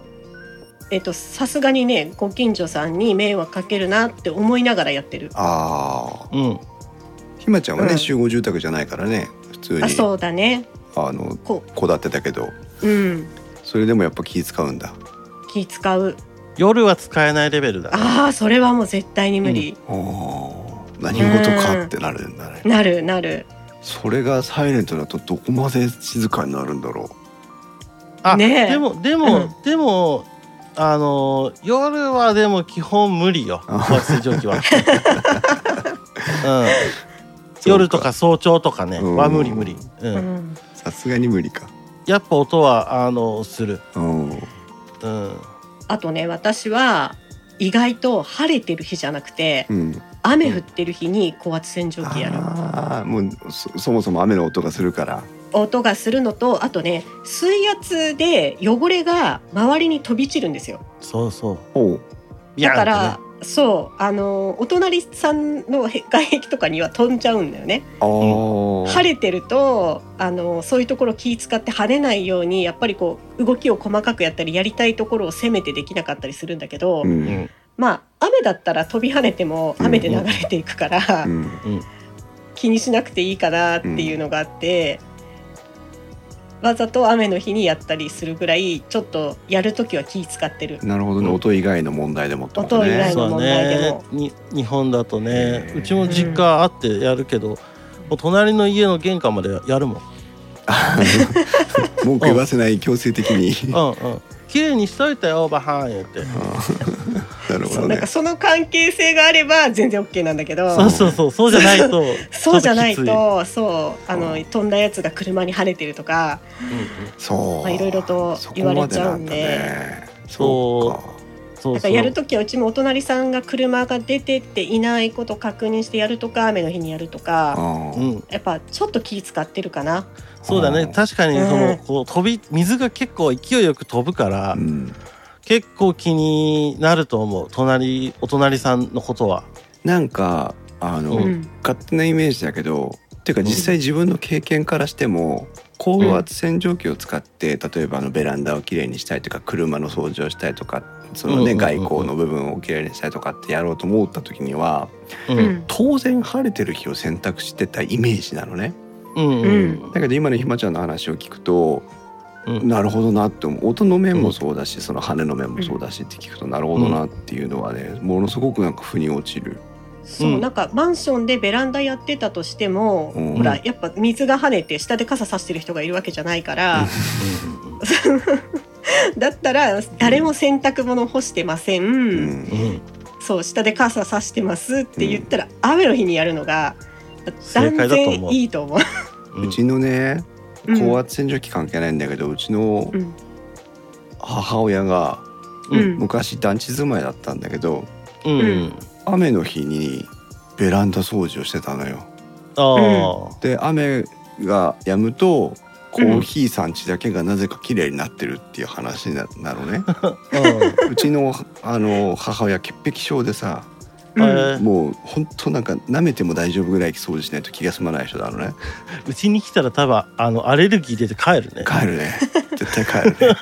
C: えっ、とさすがにねご近所さんに迷惑かけるなって思いながらやってる
A: ああ
B: うんうん
A: ひまちゃんはね、
C: うん
A: 集合住宅じゃないからね普通に
C: あそうだね
A: あの
C: こ
A: 戸建てだけど
C: ううん
A: それでもやっぱ気使うんだ
C: 気使う
B: 夜は使えないレベルだね
C: ああそれはもう絶対に無理、
A: あー何事かってなるんだね、
C: なるなる
A: それがサイレントだとどこまで静かになるんだろう
B: あ
C: ねえ
B: でもでも、
C: う
B: でもあのー夜はでも基本無理よ
A: あ
B: 高圧洗浄機は、うん、
A: そう
B: 夜とか早朝とかね
A: うん
B: は無理無理、うん
C: うん
A: さすがに無理か
B: やっぱ音はあのする、
A: うん
B: うん、
C: あとね私は意外と晴れてる日じゃなくて
A: うん
C: 雨降ってる日に高圧洗浄機やる
A: ああもうそそもそも雨の音がするから
C: 音がするのとあとね水圧で汚れが周りに飛び散るんですよ
B: そうそう
A: おう
B: ビャ
C: だ
B: ン
C: か
B: っ
C: ら、そうあのお隣さんのへ外壁とかには飛んじゃうんだよね
A: ああ、
C: 晴れてるとあのそういうところ気使って跳ねないようにやっぱりこう動きを細かくやったりやりたいところを攻めてできなかったりするんだけど、
A: うん
B: てね、
C: まあ雨だったら飛び跳ねても
A: うん
C: 雨で流れていくから、
A: うん
C: 気にしなくていいかなっていうのがあって、わざと雨の日にやったりするぐらいちょっとやるときは気使ってる。
A: なるほどね、
B: うん
A: 音以外の問題でもってこと
C: 音以
A: ね
C: 外の
B: そうだねに日本だとね
A: へー
B: うちも実家あってやるけど、もう隣の家の玄関までやるもん、
A: あの文句言わせない強制的に
B: うんうん綺麗にしといたよばはん言って
A: あーなるほ
C: そう
A: ど
C: な
A: ね
C: んかその関係性があれば全然 OK なんだけど
B: そうそうそうそうじゃないと
C: そうじゃない
B: ちょっ
C: とそうあの
A: うん
C: 飛んだやつが車に跳ねてるとか、
B: きつい、うんうん
A: そう、
C: まあ、いろいろと
A: そ
C: 言
A: こ
C: われ
A: ま
C: ち
A: で
C: ゃ
A: な
C: うん
A: んだ
C: で
A: ね
B: そう
A: か
B: そう
C: だからやるときはうちもお隣さんが車が出てっていないこと確認してやるとか雨の日にやるとか
A: あ
B: う
A: ー
B: ん、
C: やっぱちょっと気使ってるかな。
B: そうだ
A: う
B: ね
A: ん
B: 確かに
C: う
B: そ
C: ん
B: のこう飛び水が結構勢いよく飛ぶから、
A: うん
B: 結構気になると思う隣お隣さんのことは
A: なんかあの、
B: うん
A: 勝手なイメージだけどっていうか実際自分の経験からしても高圧洗浄機を使って、例えばあのベランダをきれいにしたいとか車の掃除をしたいとかそのね、
B: うんうんうん
A: 外交の部分をきれいにしたいとかってやろうと思った時には
B: うん
C: う
B: うん
C: ん
A: 当然晴れてる日を選択してたイメージなのね。
B: うんうん
A: だけど今のひまちゃんの話を聞くと
B: うん
A: なるほどなって思う音の面もそうだし、その羽の面もそうだしって聞くとなるほどなっていうのはねものすごくなんか腑に落ちる。
C: そう、
B: うん
C: なんかマンションでベランダやってたとしても、
A: うん
C: ほらやっぱ水が跳ねて下で傘さしてる人がいるわけじゃないから、 だったら誰も洗濯物干してません、
A: うん
B: うんうん
C: そう下で傘さしてますって言ったら、雨の日にやるのが
B: 正
C: 断
B: 解だと思
C: 然
B: う
C: いいと思う。
A: うちのね
C: うん
A: 高圧洗浄機関係ないんだけど、うちの
C: うん
A: 母親が
C: うん
A: 昔団地住まいだったんだけど
B: うん、
C: うん
A: 雨の日にベランダ掃除をしてたのよ。
B: あ
A: で雨が止むとコーヒー産地だけがなぜか綺麗になってるっていう話な なのね。
B: あ、うん、え
A: うちのあの母親潔癖症でさ
C: うん
B: ー
A: もうほんとなんか舐めても大丈夫ぐらい掃除しないと気が済まない人なのね
B: うちに来たら多分あのアレルギー出て帰るね。
A: 帰る ね絶対帰るね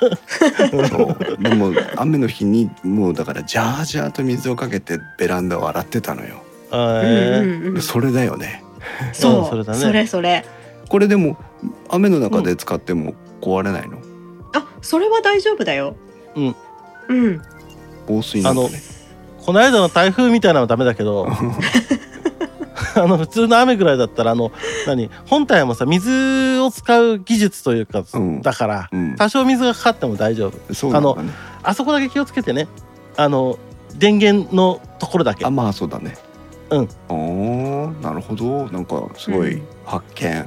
A: そうでも雨の日にもうだからジャージャーと水をかけてベランダを洗ってたのよ
B: え
C: うん
B: ー
C: うんうん
A: それだよね
C: そう
B: うん
C: そ
B: そ
C: れ
B: れだね
C: それそれ
A: これでも雨の中で使っても壊れないの、
C: あそれは大丈夫だよ
B: うん
C: うん
A: 防水なのね
B: この間の台風みたいなのはダメだけど あの普通の雨ぐらいだったらあの何本体もさ水を使う技術というか、
A: うん
B: だから
A: うん
B: 多少水がかかっても大丈夫
A: そうなのかね
B: あそこだけ気をつけてねあの電源のところだけ
A: あまあそうだね
B: うん
A: おーなるほどなんかすごい発見、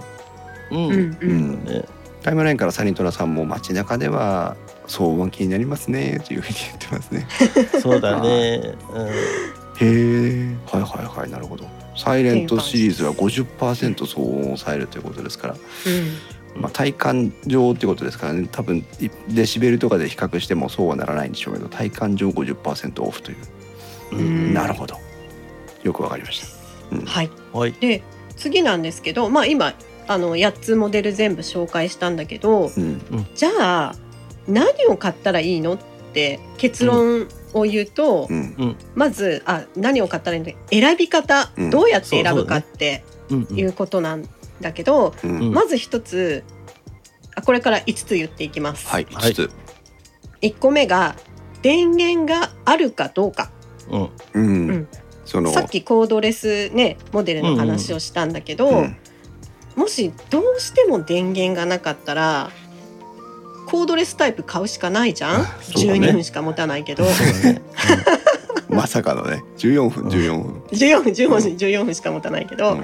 B: うん、
C: うんうん、
A: うん
B: ね
A: タイムラインからサニトラさんも街中では騒音は気になりますねっていうふうに言ってますね。
B: そうだ ね、
A: へえ。はいはいはいなるほど。サイレントシリーズは50%騒音を抑えるということですから、まあ、体感上ってことですからね多分いデシベルとかで比較してもそうはならないんでしょうけど体感上50%オフという、
B: う
C: うん
B: ん
A: なるほどよくわかりました、うん
C: はい
B: はい
C: で次なんですけどまあ今あの8つモデル全部紹介したんだけど
A: うん
C: じゃあ何を買ったらいいのって結論を言うと、
A: うん
C: まずあ何を買ったらいいの選び方、
A: うん
C: どうやって選ぶかって
B: うんうん
C: いうことなんだけど、
A: うん
B: うん
C: まず一つあこれから5つ言っていきます、
A: はい
B: はい
A: 5つ、
C: 1個目が電源があるかどうか
B: うん
A: うん
C: うん
A: その
C: さっきコードレス、ね、モデルの話をしたんだけど、
A: うん
C: もしどうしても電源がなかったらコードレスタイプ買うしかないじゃん、
A: そうだね
C: 12分しか持たな いけど
B: そうだね
A: まさかのね14分14分、
C: 14分14分14分しか持たないけど、
A: うん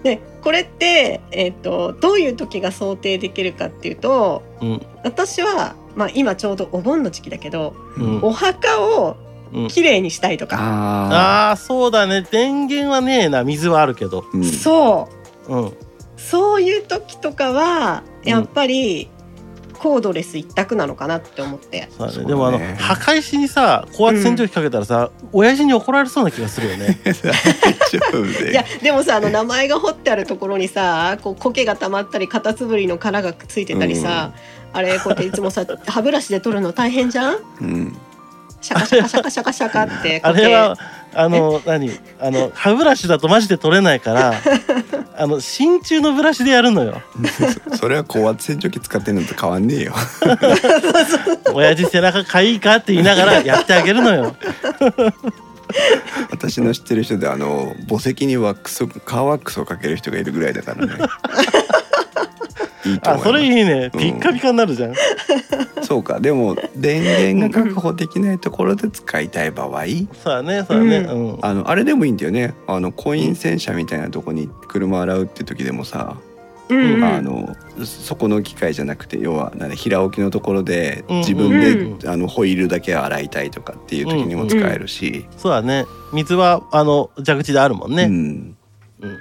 C: でこれって、えっとどういう時が想定できるかっていうと
B: うん
C: 私は、まあ、今ちょうどお盆の時期だけど
B: うんうん
C: お墓を
B: うん
C: きれいにしたいとか、
A: あ
B: ああそうだね電源はねえな水はあるけど
A: ー、うん
C: そう
B: うん
C: そういう時とかは
B: うん
C: やっぱりコードレス一択なのかなって思って。
B: そうだ
A: そうだ
B: ね
A: ね
B: でもあの墓石にさ高圧洗浄機かけたらさ、親父に怒られそうな気がするよ ね
A: 大丈夫で
C: いやでもさあの名前が彫ってあるところにさこう苔がたまったりカタツムリの殻がついてたりさ、あれこうやっていつもさ歯ブラシで取るの大変じゃん
A: うん、
C: シャカシャカシャカシャカシャカって
B: あれはあの何あの歯ブラシだとマジで取れないから あの真鍮のブラシでやるのよ
A: それは高圧洗浄機使ってるのと変わんねえよ。
B: 親父背中かいいかって言いながらやってあげるのよ
A: 私の知ってる人であの墓石にワックスをカーワックスをかける人がいるぐらいだからね。いいと 思
B: あ
A: います。
B: それいいね
A: うん
B: ピッカピカになるじゃん、
A: そうかでも電源が確保できないところで使いたい場合。
B: そうだねそうだね
C: う
B: うん、
A: あのあれでもいいんだよねあのコイン洗車みたいなとこに車洗うって時でもさ、
C: うんうん
A: あのそこの機械じゃなくて要はなんだ平置きのところで
B: うん
A: 自分で、
B: うん
A: あのホイールだけ洗いたいとかっていう時にも使えるし、
B: そうだね水はあの蛇口であるもん
A: う
B: ね、
A: ん
B: うん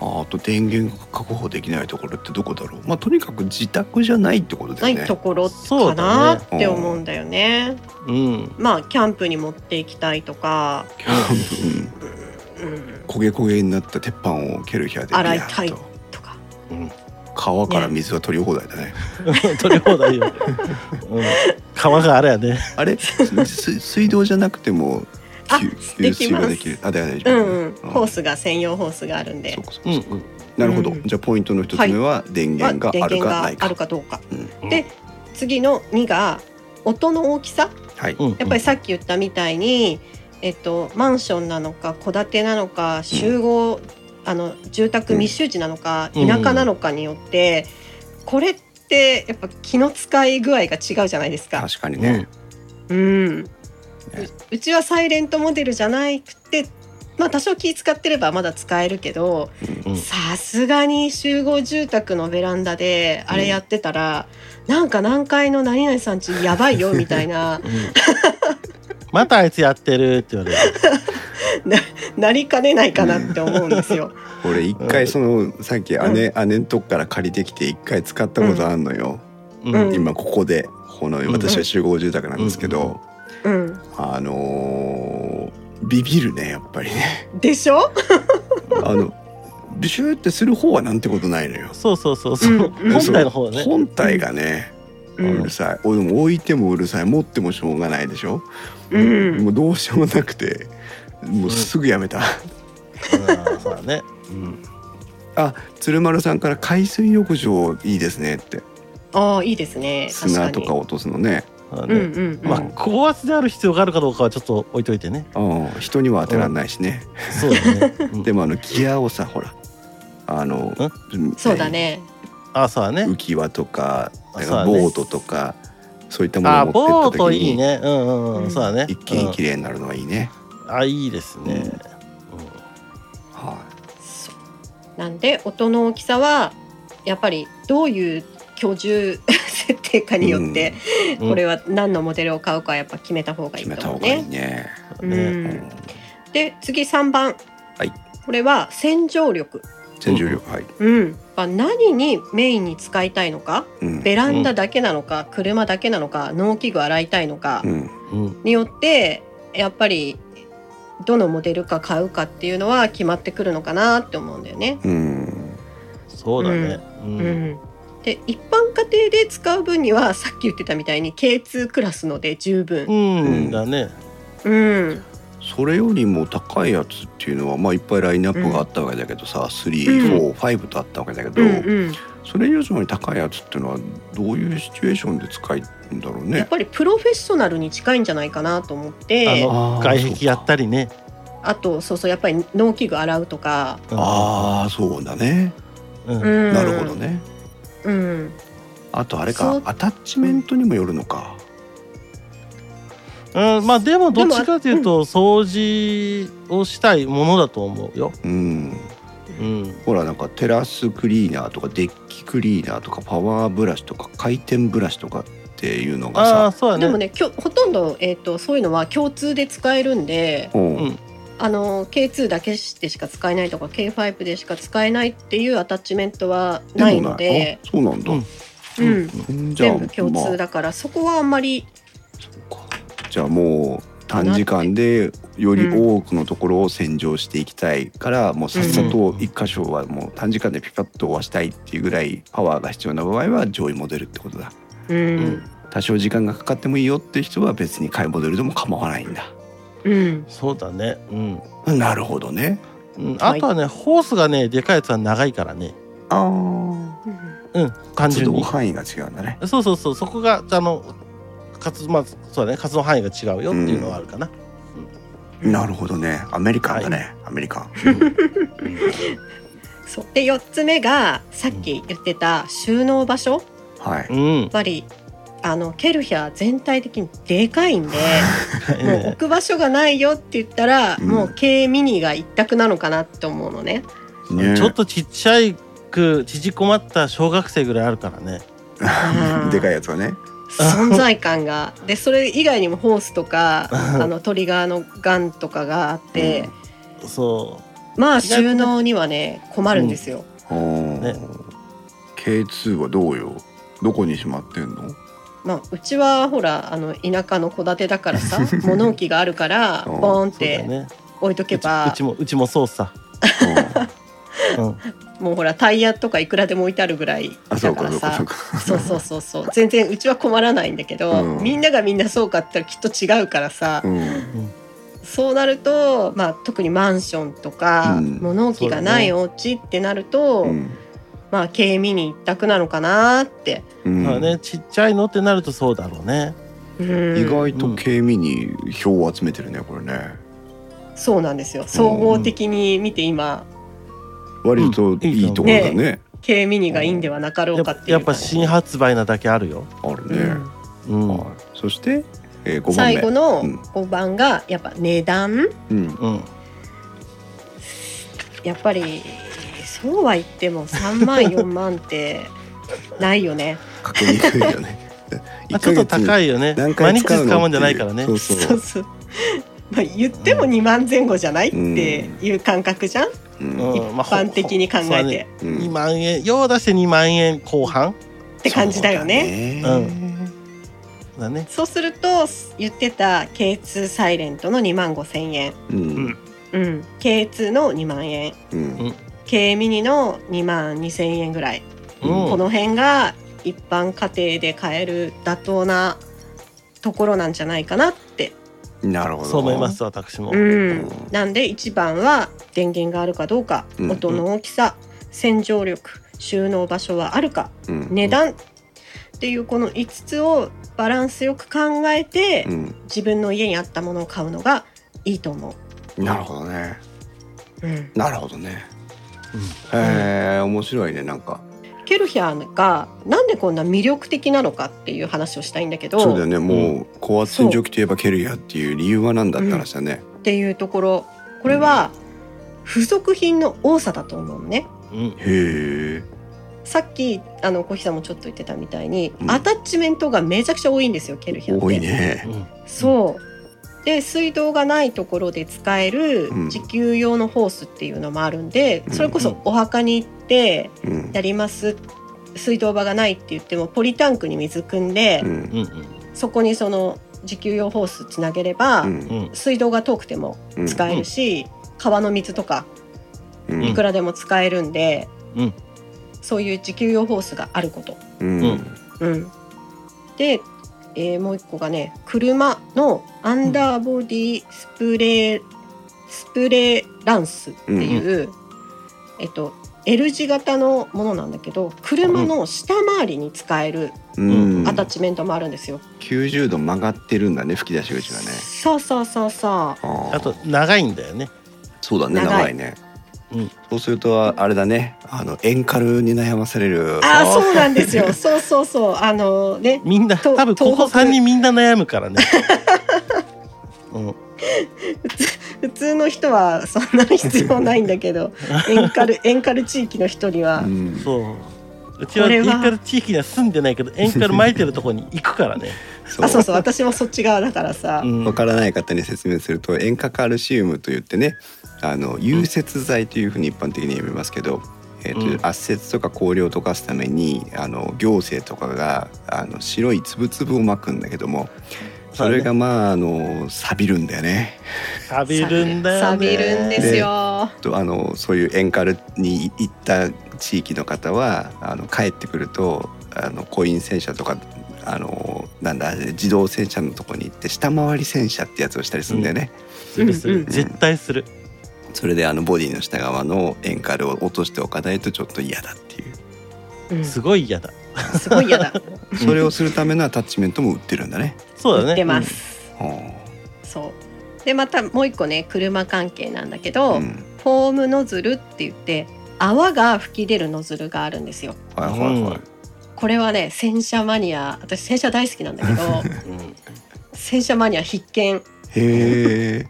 A: ああと電源が確保できないところってどこだろうまあとにかく自宅じゃないってことだ
C: な
A: よ
C: い
A: ね
C: と。ころ
B: そ
C: か
B: う
C: な
B: だ
C: っ
B: ね
C: て思うんだよね。
B: うん、
C: まあキャンプに持っていきたいとか、
A: うん
C: うん、
A: 焦げ焦げになった鉄板を蹴る部屋でビャーッと
C: 洗いたいとか。
A: 川から水は取り放題だね。
B: 取り放題よ、うん、川があれやね
A: あ れす水道じゃなくても
C: あ
A: 給
C: で
A: 給
C: き
A: 水
C: ま
A: が
C: す
A: できる。あ大丈夫
C: うんうん、
A: うん
C: ホースが専用ホースがあるんで
A: そう、かそう
B: う
A: か
B: ん
A: そうかなるほど、
C: うん
A: じゃあポイントの一つ目は電
C: まあ
A: 源があるかないか、
C: あるかどうか。
A: うん
C: で次の2が音の大きさ
A: はい、
B: うん、うん、
C: やっぱりさっき言ったみたいに、えっと、マンションなのか戸建てなのか集合、あの住宅
A: うん
C: 密集地なのか、
B: うん
C: 田舎なのかによってこれってやっぱ気の使い具合が違うじゃないですか。
A: 確かにね、
C: うんううちはサイレントモデルじゃなくてまあ多少気使ってればまだ使えるけど
B: うん
C: さすがに集合住宅のベランダであれやってたら、なんか何階の何々さんちやばいよみたいな
B: またあいつやってるって言われる。
C: なりかねないかなって思うんですよ。
A: 俺一回そのさっき姉、姉のとこから借りてきて一回使ったことあんのよ、
B: うん
C: うん
A: 今ここでこの
B: ん
A: 私は集合住宅なんですけど、
C: うん、
A: あのービビるねやっぱり ね
C: でしょ、
A: あのビシューってする方はなんてことないのよ
B: そうそうそうそう。
C: うん
B: 本体の方はね。
A: 本体がね、
C: う
A: うんるさいおでも置いてもうるさい持ってもしょうがないでしょ、
C: うん
A: もうどうしようもなくてもうすぐやめた、
B: うんそうだね。うん。
A: あ鶴丸さんから海水浴場いいですねって
C: ああいいですね確か
A: 砂
C: に
A: とか落とすのね
B: そうだ
C: うん
B: ね。
C: うんうん、
B: まあ高圧である必要があるかどうかはちょっと置いといてね。
A: うん人には当てらんないしね、
B: そうだね。うん
A: でもあのギアをさほらあの
C: そうだね
B: あそうだね
A: 浮。き輪とかなん
B: そう
A: か
B: だね
A: ボートとかそういったも
B: あ
A: のを持
B: ボ
A: って
B: ー
A: った
B: ト
A: 時
B: いい
A: に
B: ね。うんうん
C: う
B: うんん。そうだね。
A: 一気に綺
B: 麗。
A: 麗になるのはいいね、
B: あいいですね。
A: は
C: そうなんで音の大きさはやっぱりどういう居住設定か
A: い
C: によっ
B: うん
C: て、、これは何のモデルを買うかやっぱ決めた方
A: うん
C: がいい
A: 決め
C: と
A: た
C: 思
A: 方
C: う
A: がいい
C: ね。
A: ね、
B: いね
C: う
A: うんん、
C: で次3番、
A: はい
C: これは洗浄力、
A: 洗浄力はい、
C: うんまあ、何にメインに使いたいのか
A: うん
C: ベランダだけなのか、車だけなのか農機具洗いたいのか
A: うん、
B: うん。
C: によってやっぱりどのモデルか買うかっていうのは決まってくるのかなって思うんだよね。
A: うん
B: そうだね。う。
C: うんんで一般家庭で使う分にはさっき言ってたみたいに K2 クラスので十分。
B: うんだね。
C: うん、
A: それよりも高いやつっていうのは、まあ、いっぱいラインナップがあったわけだけどさ、345とあったわけだけど、
C: うん、うん
A: それ以上に高いやつっていうのはどういうシチュエーションで使うんだろう
C: やっ
A: ね。
C: ぱりプロフェッショナルに近いんじゃないかなと思って
B: あ
C: あ
A: あ
B: の
A: ー
B: 外壁やったりね。
C: とそうそうやっぱり農機具洗うとか、
B: うん
A: ああそうだね、
B: うん
C: うん、
A: なるほど、ね。
C: うん、
A: あとあれ
C: そ
A: か
C: う
A: アタッチメントにもよるのか。
B: うん、まあでもどっちかというと掃除をしたいものだと思うよ。
A: うん、
B: うん、
A: ほらなんかテラスクリーナーとかデッキクリーナーとかパワーブラシとか回転ブラシとかっていうのが
B: ああ
A: さ、
B: そう
C: で
B: だ
C: も
B: ね。
C: ねきょほとんど、えー、とそういうのは共通で使えるんで
A: うん
B: うん
C: あの K2 だけでしか使えないとか K5 でしか使えないっていうアタッチメントは
A: も
C: ないので
A: あそうなんだ。
B: うん
C: うん
A: うんじゃあ
C: 全部共通だから、そこはあんまり
A: じゃあもう短時間でより多くのところを洗浄していきたいから、もうさっさと一箇所はもう短時間でピパッと終わしたいっていうぐらいパワーが必要な場合は上位モデルってことだ
C: うんん、
A: 多少時間がかかってもいいよって人は別に買いモデルでも構わないんだ
C: うん、
B: そうだね。うん。
A: なるほどね
B: うん、
C: はい
B: あとはね、ホースがね、でかいやつは長いからね。
A: ああ
B: うん、単
A: 活
B: 純
A: 動
B: に。
A: 範囲が違うんだね
B: そうそうそう、そこが、あの、活動、まあ、そうだね、活動範囲が違うよっていうのはあるかな。
A: なるほどねアメリカンだね、アメリカン
C: そうで4つ目がさっき言ってた収納場所やっ
A: はい
B: うん。 うん
C: ぱりあのケルヒャー全体的にでかいんでもう置く場所がないよって言ったら、
A: うん
C: もう K ミニが一択なのかなって思うのね。
A: ね
B: ちょっとちっちゃいく、縮こまった小学生ぐらいあるからね。
C: あー
A: でかいやつはね
C: 存在感がでそれ以外にもホースとかあのトリガーのガンとかがあって、
B: そ
C: まあ
B: 意外とね
C: 収納にはね困るんですよ、
A: うん
B: ね
A: K2 はどうよどこにしまってんの
C: まあうちはほらあの田舎の戸建てだからさ物置があるから
A: うん
C: ボーンっ
B: う。そうだ
C: て
B: ね。
C: 置いとけ
B: うちう
C: ば
B: ちも、うちもそうさ。
A: うん
B: うん。
C: もうほらタイヤとかいくらでも置いてあるぐらい
A: あそ
C: だ
A: う
C: か
A: からそうかそ
C: さ
A: うか。
C: そうそうそうそう全然うちは困らないんだけど、
A: うん
C: みんながみんなそうかって言ったらきっと違うからさ、
A: うん。
C: そうなると、まあ、特にマンションとか、
A: うん
C: 物置がないお家ってなると、
A: うん
C: まあ軽ミニ一択なのかなって、
A: うん
B: まあね、ちっちゃいのってなるとそうだろうね。
C: うん
A: 意外と軽ミに票を集めてるねこれね。
C: そうなんですよ総合的に見て今
A: 割といいところだね。
C: 軽ミニがいいんではなかろ
B: や
C: う
B: っ
C: か
B: ぱ
C: ってい
B: や
C: う
B: っぱ新発売なだけあるよ。
A: ある
C: う
A: ね。
C: ん
B: うん。う
A: はいそしてえー五番目。
C: 最後の
A: うん
C: 5番がやっぱ値段
A: うん。
B: ん。
C: やっぱりそうは言っても3万4万ってないよね。
A: かけにくいよね
B: まあ、ちょっと高
A: い
B: いよね
A: 何
B: 毎
A: 回
B: 日
A: 使うの
B: 使うもんじゃないからね
A: そう
C: そ
A: そう
C: うそうまあ言っても2万前後じゃないっていう感覚じゃん、
A: うん
B: うん
C: 一般的に考
B: まあ
C: え
B: ほほそうだ
C: て
B: ね
A: う
B: 2
A: ん
B: 万円よう出して2万円後半
C: って感じだよね。
A: そうだね
B: だね
C: そうすると言ってた K2 サイレントの2万5千円、
A: うん
C: うん、K2 の2万円
A: うん、
C: K ミニの2万2千円ぐら
B: う
C: い、
B: ん
A: うん
C: この辺が一般家庭で買える妥当なところなんじゃないかなって。
A: なるほど
B: そう思います私も、
C: うん、なんで一番は電源があるかどうか、
A: うん
C: 音の大きさ洗浄力収納場所はあるか
A: うん
C: 値段っていうこの5つをバランスよく考えて、
A: うん
C: 自分の家にあったものを買うのがいいと思
A: なるほどね
C: う、うん、
A: なるほどねへえ面白いねなんか
C: ケルヒャーがなんでこんな魅力的なのかっていう話をしたいんだけど
A: そうだよねもう高圧洗浄機といえばケルヤっていう理由は何だったらしたね
C: っていうところこれは付属品の多さだと思うのね
B: うん
A: へえ
C: さっきあのコヒさんもちょっと言ってたみたいに、
A: うん
C: アタッチメントがめちゃくちゃ多いんですよケルヒャーって。
A: 多いね
B: うん
C: そうで水道がないところで使える
A: うん
C: 自給用のホースっていうのもあるんで、
A: うん
C: それこそお墓に行って
A: うん
C: やります水道場がないって言ってもポリタンクに水汲んで、
A: うん
B: うん
C: そこにその自給用ホースつなげれば、
A: うん
B: うん
C: 水道が遠くても
A: うん
C: 使えるし、川の水とか
A: う
C: い
A: ん
C: くらでも使えるんで、
B: うん
C: そういう自給用ホースがあること。
A: うん
C: うん、で、えーもう一個がね車のアンダーボディスプレー、スプレーランスっていう、えっと L 字型のものなんだけど車の下回りに使える
A: うん
C: アタッチメントもあるんですよ。
A: 90度曲がってるんだね吹き出し口がね
C: そうそうそうそ
A: あー
B: あと長いんだよね
A: そうだね長い
C: 長い
A: ね、
B: うん
A: そうするとあれだねあのエンカルに悩まされる
C: う。あーそうなんですよ。そうそうそうあのね
B: みんな
C: と
B: 多分ここ
C: 東北
B: 3人みんな悩むからねうん
C: 普通の人はそんなの必要ないんだ けどエンカルエンカル地域の人には
A: うん
B: そううちは
C: これ
B: エン
C: は
B: カル地域には住んでないけどエンカル巻いてるとこに行くからね、
A: そう
C: あそうそう私もそっち側だからさ、
B: うん
A: わからない方に説明すると塩化カルシウムといってねあの融雪剤というふうに一般的に呼びますけど、えーと
B: うん
A: 圧雪とか香料を溶かすためにあの行政とかがあの白い粒々をまくんだけどもそれがまああの錆びるんだよね。
B: 錆びるんだよね
C: 錆びるんですよ。
A: とあのそういうエンカルに行った地域の方はあの帰ってくるとあのコイン洗車とかあのなんだ自動洗車のとこに行って下回り洗車ってやつをしたりするんだよね、
B: するする
C: うんうん
B: 絶対する
A: それであのボディの下側のエンカルを落としておかないとちょっと嫌だっていう
C: うんす
B: すごい嫌だ
C: ごい嫌だ。
A: それをするためのアタッチメントも売ってるんだね、
B: そうだね
C: 売ってます。
A: う
C: そう。でまたもう一個ね車関係なんだけど、
A: ん、
C: フォームノズルって言って泡が吹き出るノズルがあるんですよ。
A: はいはいはい、
C: これはね洗車マニア私洗車大好きなんだけど
B: うん
C: 洗車マニア必見
A: へえ、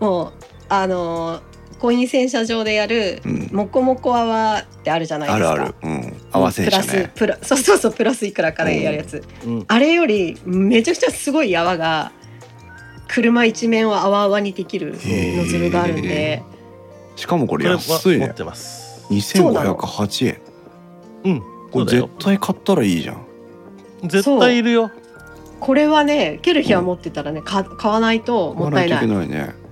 C: もうあのーコイン洗車場でやる
A: うん、
C: モコモコ泡ってあるじゃないで
A: あ
C: す
A: る
C: か。
A: ある、うん、合わせ
C: プ
A: 車
C: ラス
A: ね
C: プラそうそうそうプラスいくらかでやるやつ、
B: うん
C: あれよりめちゃくちゃすごい泡が車一面を泡々にできるノズルがあるんで
A: しかもこ
B: こ
A: れ
B: れは
A: 安い
B: 持
A: ね
B: ってます
A: 2508円
B: うん
A: これ
B: そうだよ
A: 絶対買ったらいいじゃん
B: 絶対いるよ
C: これはねケルヒは持ってたらねか買わないともったいない
A: 買。わないといけないね、
B: うん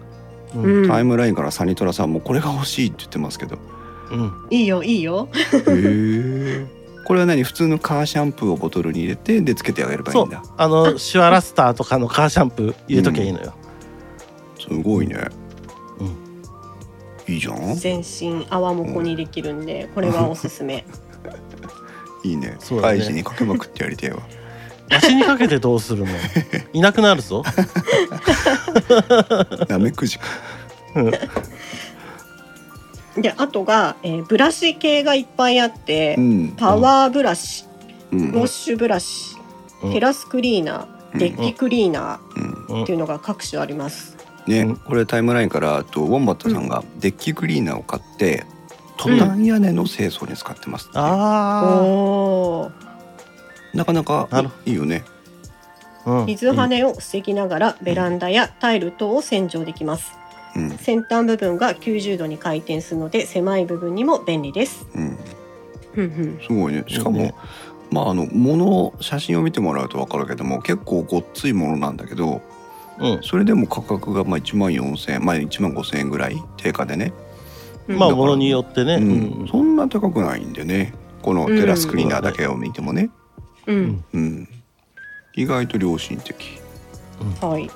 C: うん
A: タイムラインからサニトラさんもこれが欲しいって言ってますけど
B: うん
C: いいよいいよ。
A: へえこれは何普通のカーシャンプーをボトルに入れてでつけてあげればいいんだ
B: あのシュワラスターとかのカーシャンプー入れときゃいいのよ
A: すごいね。
B: うん
A: いいじゃん。
C: 全身泡もこにできるんでこれはおすすめ。
A: いいね。
B: そうだ
A: ア
B: ね
A: イジにかけまくってやりたいわ。
B: わしにかけてどうす るのいなくなるぞ
A: なめくじか。
C: であとが、えーブラシ系がいっぱいあって
A: うん。
C: パワーブラシ
A: うん。
C: ウォッシュブラシ
B: うん
C: テラスクリーナーデッキクリーナ
A: うん
C: ーっていうのが各種あります。
A: ね、
B: うん
A: これタイムラインからあとウォンバットさんがデッキクリーナーを買って、トタン屋根の清掃に使ってますってね、
B: あ
C: おー
A: なかなか
B: なる
A: いいよね
B: あ、うん
C: 水跳ねを防ぎながらベランダやタイル等を洗浄できます
A: うん
C: 先端部分が90度に回転するので狭い部分にも便利です
A: うん
C: うんうん
A: すごいねしかも、
B: いいね
A: まああの物を写真を見てもらうと分かるけども結構ごっついものなんだけど
B: うん
A: それでも価格がまあ1万4,000円まあ1万5,000円ぐらい定価でね、
C: うん
B: まあものによってね、
A: う
B: うん
A: ん、そんな高くないんでねこのテラスクリーナーだけを見てもね、
C: うん
A: うん、意外と良心的
C: はい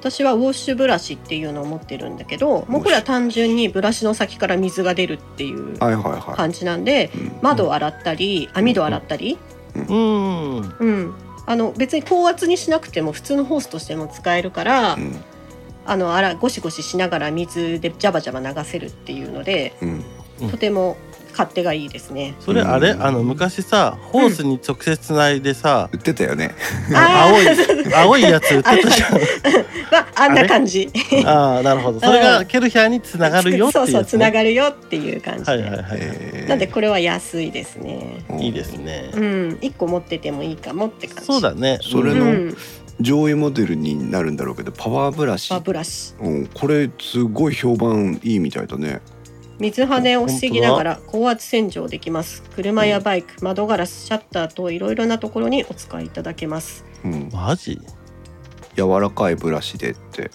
C: 私はウォッシュブラシっていうのを持ってるんだけどもうこれは単純にブラシの先から水が出るっていう
A: はいはいは
C: 感じなんで
A: い、うん
C: 窓を洗ったり網戸を洗ったり、
B: うんうん
C: うん、あの別に高圧にしなくても普通のホースとしても使えるから、
A: うん
C: あの洗ゴシゴシしながら水でジャバジャバ流せるっていうので
A: うん
C: とても勝手がいいですね。
B: それあれ、
A: うん
B: あの昔さホースに直接つないでさ、
A: 売ってたよね
C: あ
B: 青い
C: ー
B: 青いやつ売ってたじゃん
C: まあ、あんな感じ。
B: ああなるほどそれがケルヒャーにつながるよってい
C: そううそうつな
B: ね
C: がるよっていう感じで、
B: はいはいはい、
A: えー
C: なんでこれは安いですね。
A: うん
B: いいですね、
C: うん、一個持っててもいいかもって感じ。
B: そうだね
A: それ
C: う
A: の
C: ん、
A: 上位モデルになるんだろうけどパワーブラシ
C: まあ、ブラシ。
A: うん、これすごい評判いいみたいだね
C: 水跳ねを防ぎながら高圧洗浄できます。車やバイク、窓ガラス、シャッターといろいろなところにお使いいただけます。
A: うん、
B: マジ
A: 柔らかいブラシでって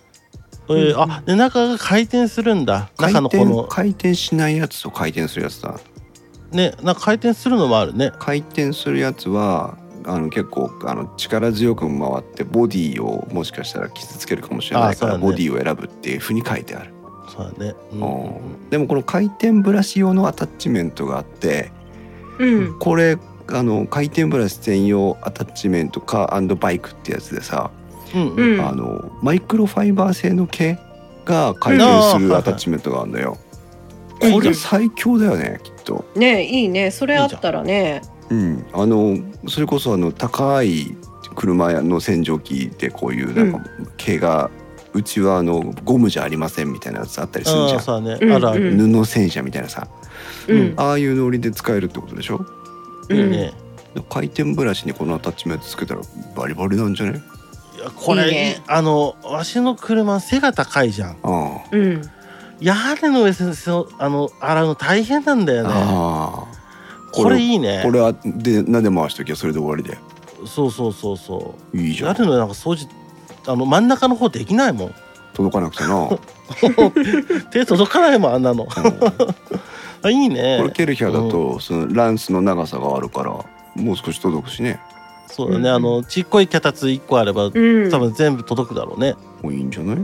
B: えーあで中が回転するんだ
A: 回
B: 中の
A: 転
B: この
A: 回転しないやつと回転するやつだ
B: ねなんか回転するのもあるね
A: 回転するやつはあの結構あの力強く回ってボディをもしかしたら傷つけるかもしれないから、
B: あそうだ
A: ボ
B: ね
A: ディを選ぶっていうふうに書いてある、
B: そうだね、う
A: うん
B: ん
A: でもこの回転ブラシ用のアタッチメントがあって
C: うん、
A: これあの回転ブラシ専用アタッチメントカーバイクってやつでさ、
B: うん
C: うん
A: あのマイクロファイバー製の毛が回転するアタッチメントがあるのよ、
C: うん
A: これ最強だよねきっと、
C: ねえいいねそれあったらね
A: うん、あのそれこそあの高い車の洗浄機でこういうなんか毛が、うちはあのゴムじゃありませんみたいなやつあったりするじ
B: あ
A: ゃ
B: あ
A: ん
B: そうだね、
C: うん
B: あるある、
A: 布洗車みたいなさ
C: うん
B: うん
A: ああいうノリで使えるってことでしょ
C: うん
B: いいね
A: 回転ブラシにこのアタッチメントつけたらバリバリなんじゃね
B: いやこれ
C: いいね
B: あのわしの車背が高いじゃん
A: あ
C: うん、
B: 屋根の上先生あの洗うの大変なんだ
A: あ、
B: よね
A: あ
B: これいいね
A: あこれはで何で回しときゃそれで終わりで
B: そうそうそうそ
A: いいうじゃ
B: 屋
A: ん
B: 根の上なんか掃除あの真ん中の方できな いもん
A: 届かなく てな
B: 手届かないもんあんなの
A: こ
B: あいいね
A: れケルヒャーだとそのランスの長さがあるからもう少し届くしね
B: そうだね、
C: うん
B: あのちっこい脚立1個あれば
C: うん
B: 多分全部届くだろうね、
A: もういいんじゃない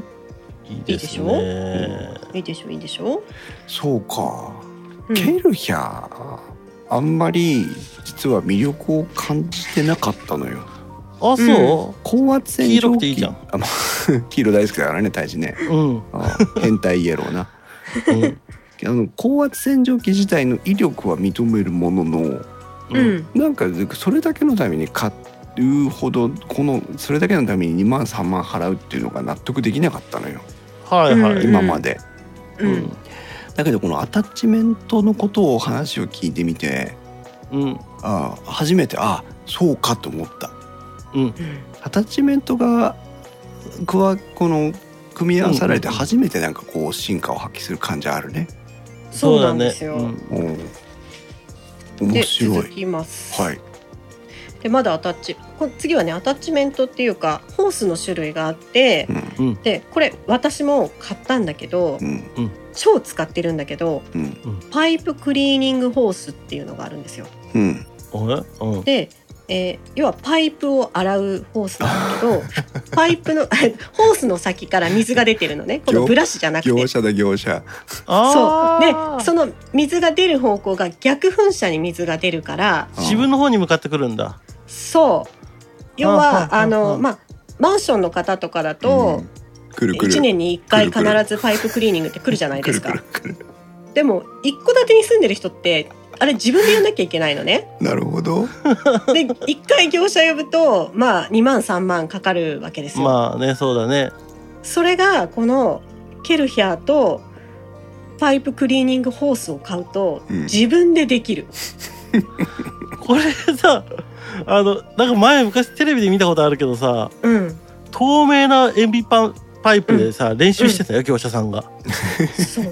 B: いいですね
C: いいいいでしょいいでしょ、
A: そうか、
C: うん、
A: ケルヒャーあんまり実は魅力を感じてなかったのよ
B: あそ
A: 高圧洗浄機
B: 黄色くていいじゃん
A: あまあ 黄色大好きだからね大事ね
B: ううん、うん
A: ああ変態イエローなあの高圧洗浄機自体の威力は認めるものの
C: う
B: うん
C: ん
A: なんかそれだけのために買うほどこのそれだけのために2万3万払うっていうのが納得できなかったのよ
B: はいはい、
C: うん
A: 今まで、
C: うん、
A: だけどこのアタッチメントのことを話を聞いてみて
B: うん
A: ああ初めてああそうかと思った
B: うん
A: アタッチメントがくわこの組み合わされて初めてなんかこう進化を発揮する感じあるね、
C: そうなんですよ、
B: そうだね
A: うん
C: で
A: 面白
C: 続
A: い
C: きます、
A: はい
C: でまだアタッチこ次はねアタッチメントっていうかホースの種類があって
A: う、ん
C: でこれ私も買ったんだけど
A: うん
C: 超使ってるんだけど
A: うん
C: パイプクリーニングホースっていうのがあるんですよ
A: うん
B: うんあれうん
C: で、えー要はパイプを洗うホースなんだけ どパイプの ホースの先から水が出てるのねこのブラシじゃなくて
A: 業者だ業者
C: そうで
B: あー
C: その水が出る方向が逆噴射に水が出るから
B: 自分の方に向かってくるんだ
C: そう要
B: は
C: は
B: あ
C: あ
B: はあはあ
C: のまあマンションの方とかだ
A: う
C: と、
A: んくるくる
C: 1年に1回必
A: くるくる
C: ずパイプクリーニングって来るじゃないですか
A: くるくるくる
C: でも一戸建てに住んでる人ってあれ自分でやんなきゃいけないのね
A: なるほど
C: で1回業者呼ぶとまあ2万3万かかるわけですよ、
B: まあねそうだね
C: それがこのケルヒャーとパイプクリーニングホースを買うと
A: うん
C: 自分でできる、
B: これさあのなんか前昔テレビで見たことあるけどさ
C: うん、
B: 透明な塩ビパンパイプでさ、練習してたよ、業者さんが
C: そう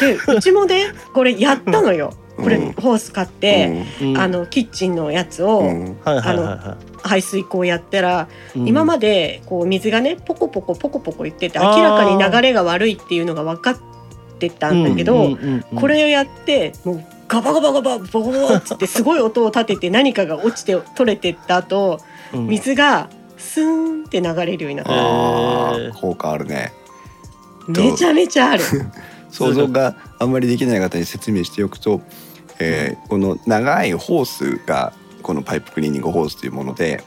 C: でうちもねこれやったのよこれ
A: うん
C: ホース買って、
B: うん
C: あのキッチンのやつ
A: うんう
C: を
A: ん
B: はいはいはいは
C: 排水口やったら、
B: い、うん
C: 今までこう水がねポコポコポコポコ言ってて明らかに流れが悪いっていうのが分かってたんだけど、
B: うんうんうん
C: これをやってもうガバガバガバボコボコっつってすごい音を立てて何かが落ちて取れてった後
B: うん
C: 水がスーンって流れるようになった
A: あ
B: え
A: ー
B: ー
A: 効果あるねどう
C: めちゃめちゃある
A: 想像があんまりできない方に説明しておくと、えーこの長いホースがこのパイプクリーニングホースというもので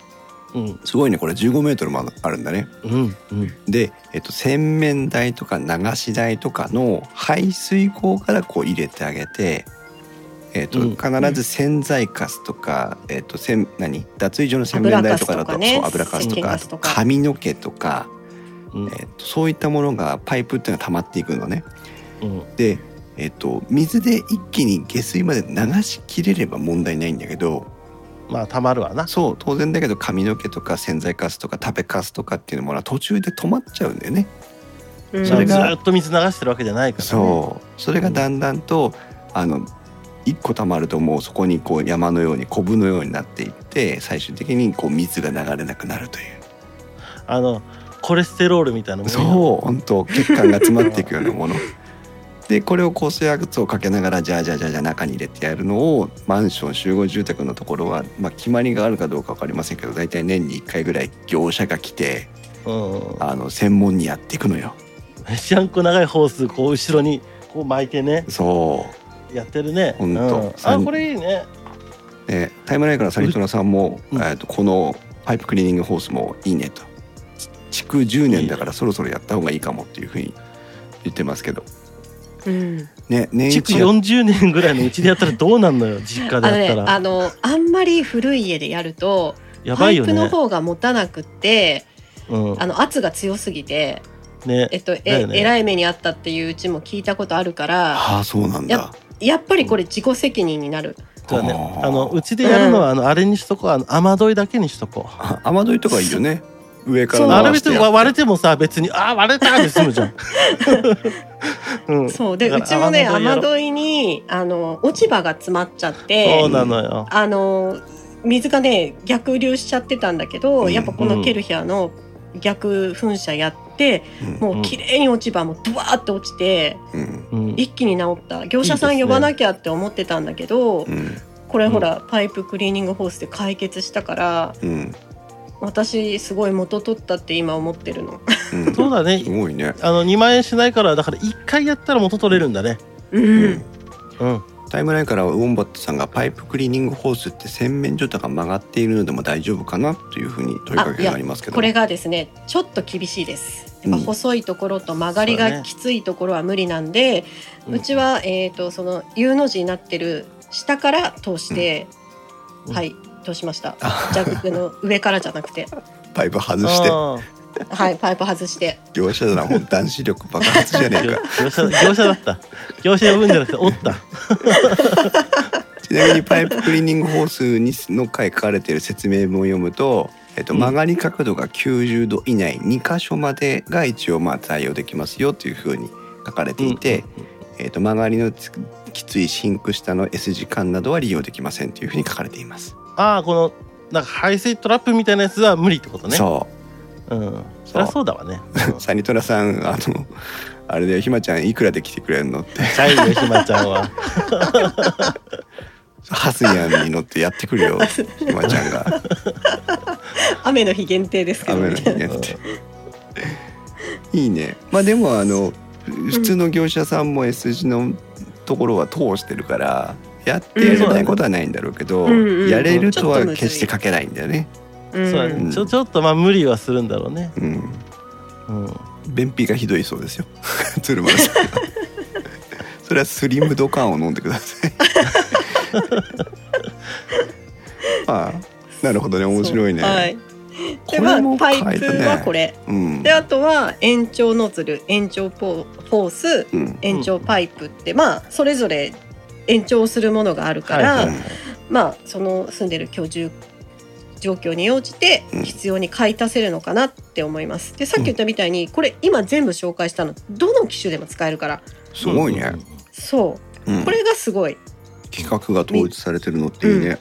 B: うん
A: すごいねこれ15メートルもああるんだね。
B: うんうん
A: で、えっと、洗面台とか流し台とかの排水口からこう入れてあげて、えっと
B: うん
A: 必ず洗剤かすとか、えっと、せん何脱衣所の洗面台とかだと
C: 油かすとかね
A: そう油かすとか
C: 石鹸かすとか
A: 髪の毛とか、
B: うん
A: えっと、そういったものがパイプっていうのが溜まっていくのね。
B: うん
A: で、えっと、水で一気に下水まで流しきれれば問題ないんだけど
B: まあたまるわな
A: そう当然だけど髪の毛とか洗剤かすとか食べかすとかっていうものは途中で止まっちゃうんだよね。
C: うん
A: それが
B: ずーっと水流してるわけじゃないから、ね、
A: そうそれがだんだんと、あの一個溜まるともうそこにこう山のようにコブのようになっていって最終的にこう水が流れなくなるという
B: あのコレステロールみたいなもんよ
A: そう本当血管が詰まっていくようなものでこれを抗生薬をかけながらじゃあじゃあじゃあじゃあ中に入れてやるのをマンション集合住宅のところは、まあ、決まりがあるかどうか分かりませんけど大体年に1回ぐらい業者が来て
B: うん
A: あの専門にやっていくのよ
B: めちゃんこ長いホースこう後ろにこう巻いてね
A: そ
B: やってるね
A: ほんと
B: うん
A: さ
B: あ
A: ん
B: これいいね
A: う、ね、タイムラインからサリトラさんも、
B: うん
A: えーとこのパイプクリーニングホースもいいねとち築10年だからそろそろやった方がいいかもっていうふうに言ってますけど
C: うん
A: ね年
B: 築
A: 一や
B: 40年ぐらいのうちでやったらどうなん のよ実家
C: あ
B: で
C: の
B: やった
C: ね
B: ら
C: あのあんまり古い家でやると
B: やば
C: パ
B: い
C: イ
B: よ
C: プの
B: ね
C: 方が持たなくって
B: うん
C: あの圧が強すぎて
B: ね
C: えっとえ
B: だよね
C: えらい目にあったっていううちも聞いたことあるから
A: ああそうなんだ
C: ややっぱりこれ自己責任になる
B: そうだね
A: あー
B: あのうちでやるのはあのあれにしとこうあの雨どいだけにしとこう
A: あ雨どいとかいいよね上か
C: そう
A: ら
B: あれ
A: 流して
B: 別に
A: やっ
B: 割れてもさ別にあー割れたで済む じゃん。うん、そ
C: そうで
B: だ
C: う
B: から
C: ちもね
B: 雨ど
C: 雨どいにあの落ち葉が詰まっちゃって
B: うなのよ。
C: あの水がね逆流しちゃってたんだけど、
A: うん
C: やっぱこのケルヒャーの逆噴射やって、
A: うん
C: もう綺麗に落ち葉もドワーって落ちて、
A: うん
B: うん、
C: 一気に治った業者さ
B: いい
C: ん
B: です
C: 呼
B: ね
C: ばなきゃって思ってたんだけど
A: うん
C: これほら、パイプクリーニングホースで解決したから
A: うん
C: 私すごい元取ったって今思ってるの。
A: うん
B: そうだ
A: す
B: ね。
A: ごいね
B: あの2万円しないからだから1回やったら元取れるんだね。
C: う
A: うんん
B: うん。
A: タイムラインからはウォンバットさんがパイプクリーニングホースって洗面所とか曲がっているのでも大丈夫かなというふうに問いかけがありますけど
C: これがですねちょっと厳しいですやっぱ細いところと曲がり
B: そうだ
C: が
B: ね
C: きついところは無理なんで、う
B: うん
C: ちは、えー、とその U の字になってる下から通して、
B: うん
C: はい通しました
A: あ
C: 蛇口の上からじゃなく て
A: パイプ外して
B: あー
C: はいパイプ外して
A: 業者だなほんと男子力爆発じゃね えか
B: 業者業者だった。業者呼ぶんじゃなくておった。
A: ちなみにパイプクリーニングホースにの回書かれている説明文を読むと、えっと、
B: うん
A: 曲がり角度が90度以内2箇所までが一応まあ対応できますよというふうに書かれていて、えー、と曲がりのつきついシンク下の S 字間などは利用できませんというふうに書かれています。
B: ああこのなんか排水トラップみたいなやつは無理ってことね。
A: そ
B: うん。そりゃそうだわね。
A: う、サニトラさん、あの、あれでひまちゃんいくらで来てくれるのって、
B: チャイよひまちゃんは。
A: ハスヤンに乗ってやってくる よ、ひまちゃんが。
C: 雨の日限定ですけど
A: 雨の
C: みた
A: 日
C: いな
A: ねって。いいね。まあでも、あの、普通の業者さんも S 字のところは通してるから、やってやれないことはないんだろうけど、
C: うんうんうん
A: やれるとは決して書けないんだよね。
C: うん
B: そうだね。ちょちょっとまあ無理はするんだろうね。
A: うん。
B: うん。
A: 便秘がひどいそうですよ 鶴丸さんは それはスリムドカンを飲んでくだ さいああなるほどね面白いね
C: そうはい、
A: こ
C: でまあ
A: れも
C: パ
A: 変
C: イ
A: え
C: プ
A: たね
C: はこれ
A: うん
C: であとは延長ノズル延長ポホース
A: うんうん
C: 延長パイプって、まあそれぞれ延長するものがあるから、
B: はい
C: まあその住んでる居住状況に応じて
A: うん
C: 必要に買い足せるのかなって思います。でさっき言ったみたいに、これ今全部紹介したのどの機種でも使えるから
A: すごいね、
C: そ
A: うん
C: うこれがすごい
A: 企画が統一されてるのっていいね、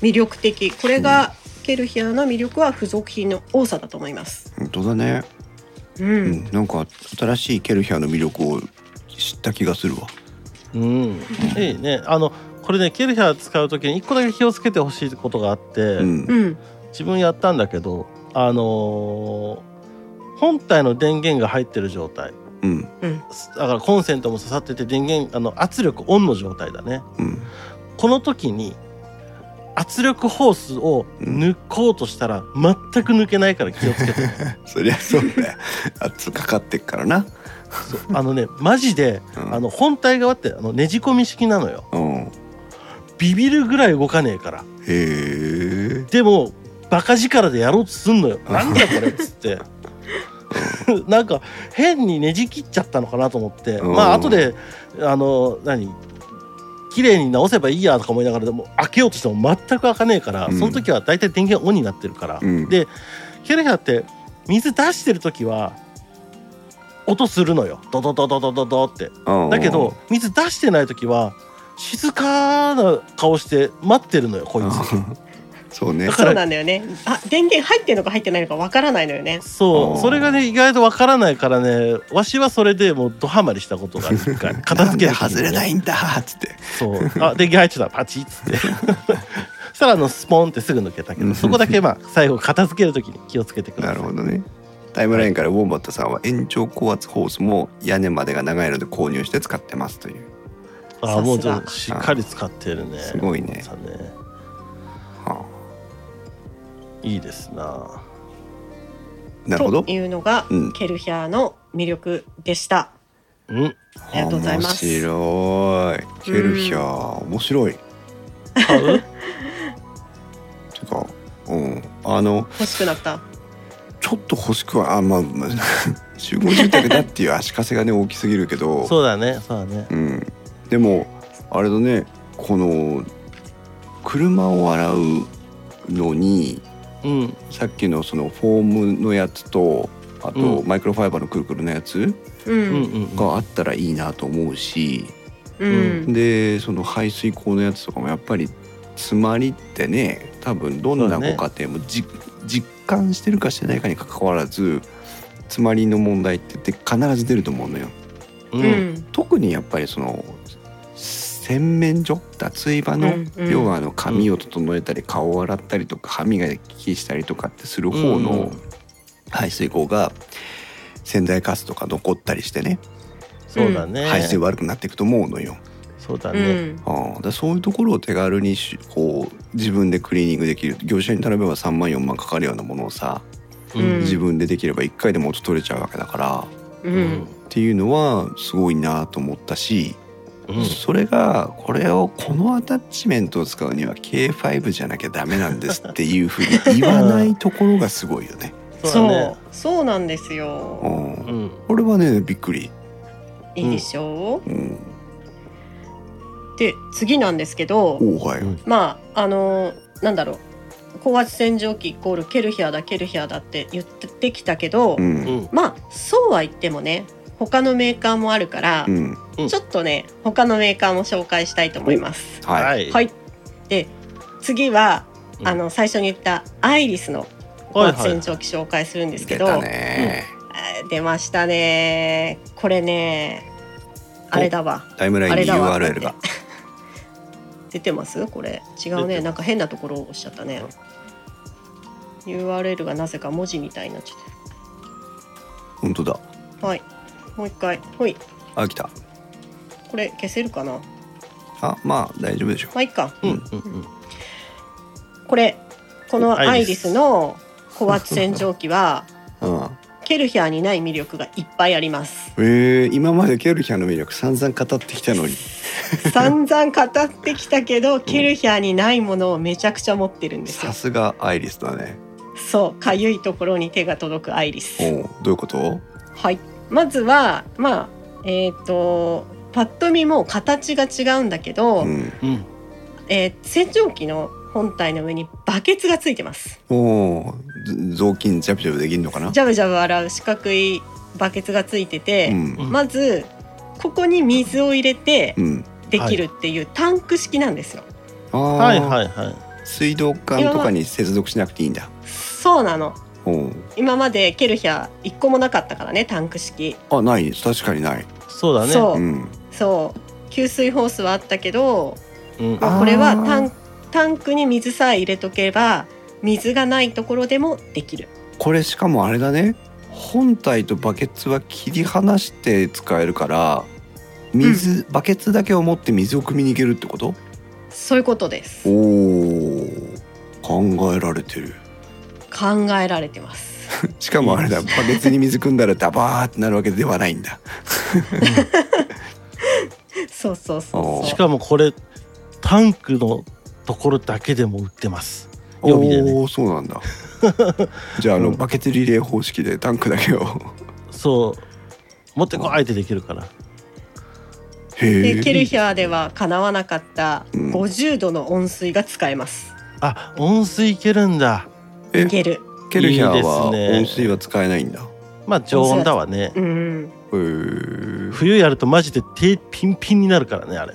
C: 魅力的これがケルヒアの魅力は付属品の多さだと思います。
A: 本当だね、
C: う
A: うんん、なんか新しいケルヒャーの魅力を知った気がするわ
B: うん、いいねあのこれねケルヒャー使う時に一個だけ気をつけてほしいことがあって、
A: うん
C: うん
B: 自分やったんだけどあのー本体の電源が入ってる状態
A: うん
C: うん
B: すだからコンセントも刺さってて電源あの圧力オンの状態だね
A: うん
B: この時に圧力ホースを抜こうとしたら全く抜けないから気をつけ て
A: そりゃそうだよ圧かかってっからな、
B: あのねマジで
A: うん、
B: あの本体側ってあのねじ込み式なのよ
A: うんへ
B: ビビるぐらい動かねえから
A: え
B: でもバカ力でやろうとすんのよなんだこれっつって なんか変にねじ切っちゃったのかなと思って
A: うん
B: まあ後であの何綺麗に直せばいいやとか思いながらでも開けようとしても全く開かねえから、
A: うん
B: その時は大体電源オンになってるから、
A: うん
B: でケルヒャーって水出してる時は音するのよドドドドドドドってだけど水出してない時は静かな顔して待ってるのよこい
A: うん
B: つ。
A: そうね
B: だか
C: そ
B: ら
C: うなんだよね。あ、電源入ってるのか入ってないのかわからないのよね。
B: そ
A: あー
B: うそれがね意外とわからないからねわしはそれでもうドハマりしたことが一 回片付ける
A: なんで外れないいんだっつって
B: そうあ電源入っちゃったパチッつって そしたらあのスポンってすぐ抜けたけ
A: うん
B: どそこだけまあ最後片付ける時に気をつけてくださ
A: ないるほどねタイムラインからウォンバットさんは延長高圧ホースも屋根までが長いので購入して使ってますという
B: あーもう
C: さすが
B: じゃあしっかり使ってるね
A: すごいね
B: さね
A: はあ
B: いいですな
A: なるほど
C: というのが、
A: うん
C: ケルヒャーの魅力でした。
B: うん
A: あ
C: りがとうございます
A: 面白いケルヒャー面白い
B: 買う
A: てかうんあの
C: 欲しくなった。
A: ちょっと欲しくはあまあ、まあ、集合住宅だっていう足かせがね大きすぎるけ ど
B: そうだねそうだね
A: うん、でもあれだねこの車を洗うのに
B: うん
A: さっきのそのフォームのやつとあと
B: う
A: マイクロファイバーのくるくるのやつ
C: う
B: うんうん
C: ん。
B: うん
A: があったらいいなと思うし、
C: うん。
A: でその排水口のやつとかもやっぱり詰まりってね多分どんな
B: そうだ
A: ご
B: ね
A: 家庭もじ、実感してるかしてないかにかかわらず詰まりの問題って必ず出ると思うのよ。
B: う
C: うんん。
A: 特にやっぱりその洗面所脱衣場
C: あ
A: の、
C: うん、
A: 要はあの髪を整えたり顔を洗ったりとか歯磨きしたりとかってする方
B: うんう
A: の
B: ん
A: 排水口が洗剤カスとか残ったりしてね
B: そうだね
A: 排水悪くなっていくと思うのよ。
B: そうだ
C: う
B: ね
C: ん。
A: ああだからそういうところを手軽にしこう自分でクリーニングできる業者に頼めば3万4万かかるようなものをさ、
C: うん
A: 自分でできれば1回でも音取れちゃうわけだから
C: う
B: うん
C: ん。
A: っていうのはすごいなと思ったし。
B: うん
A: それがこれをこのアタッチメントを使うには K5 じゃなきゃダメなんですっていうふうに言わないところがすごいよね。
B: そうだ
C: そう
B: ね。
C: そうなんです
A: う
C: よ。
A: ん、
B: うん
A: これはねびっくり。
C: いいでしょう。
A: うん、
C: で、次なんですけど、
A: おうはい。
B: うん
C: まあ、あのなんだろう。高圧洗浄機イコールケルヒャーだケルヒャーだって言ってきたけど、
A: うん、うん、
B: ん
C: まあそうは言ってもね他のメーカーもあるから、
A: うん、
B: うん
C: ちょっとね他のメーカーも紹介したいと思います。
A: はい。
B: い
C: はい。で次は、
B: うん
C: あの最初に言ったアイリスの高圧洗浄機紹介するんですけ
A: 出
C: ど、
A: たね、
C: あー出ましたねこれねあれだわ
A: タイムラインに
C: あれだわ
A: URL が。
C: 出てますこれ違う
B: 出
C: ね
B: て
C: なんか変なところをおっしちゃったね URL がなぜか文字みたいになっちゃっ
A: 本当だ。
C: たはいもう一回ほい
A: あ来た。
C: これ消せるかなま
A: あまあ大丈夫でしょ
C: あいっか
B: うんうん
C: これこの
B: ア
C: ア
B: イ
C: イ
B: リ
C: リ
B: ス
C: スの高圧洗浄機は
A: う。うん。
C: ケルヒャーにない魅力がいっぱいあ ります
A: えー、今までケルヒャーの魅力散々語ってきたのに。
C: 散々語ってきたけど、ケルヒャーにないものをめちゃくちゃ持ってるんですよ
A: さすがアイリスだね。
C: そうかゆいところに手が届くアイリス
A: おうどういうこと
C: はいまずはまあえっ、とパッと見もう形が違うんだけど、
A: うん
B: うん
C: えー洗浄機の本体の上にバケツがついてます
A: おうず雑巾ジャブジャブできるのかな
C: ジャブジャブ洗う四角いバケツがついてて、
A: うん
C: まずここに水を入れて
A: うん
C: できるっていうタンク式なんですよ、
A: あ
B: はい
A: い
B: はいはい
A: 水道管とかに接続しなくていいんだ
C: そうなの
A: おう
C: 今までケルヒャ一個もなかったからねタンク式
A: あない確かにない
B: そうだね
C: そ
A: う
C: う
A: ん
C: そう給水ホースはあったけど
B: うん
A: あー
C: これはタンタンクに水さえ入れとけば水がないところでもできる
A: これしかもあれだね本体とバケツは切り離して使えるから水、バケツだけを持って水を汲みに行けるってこと
C: そういうことです
A: おお考えられてる
C: 考えられてます
A: しかもあれだバケツに水汲んだらダバーってなるわけではないんだ
C: そうそうそう
A: おー
B: し
C: そう
B: かもこれタンクのところだけでも売ってます
A: お
B: 予備でね
A: おーそう なんだじゃああの、
B: うん
A: バケツリレー方式でタンクだけを
B: そう持ってこいってできるから
A: へ
C: で
A: え
C: ケルヒャーではかなわなかった
A: うん
C: 50度の温水が使えます、
B: あ温水いけるんだ
A: え
C: いける
A: ケルヒャーはい
B: いですね
A: 温水は使えないんだ
B: まあ常温だわね
C: うん
A: へえ
B: 冬やるとマジで手ピンピンになるからねあれ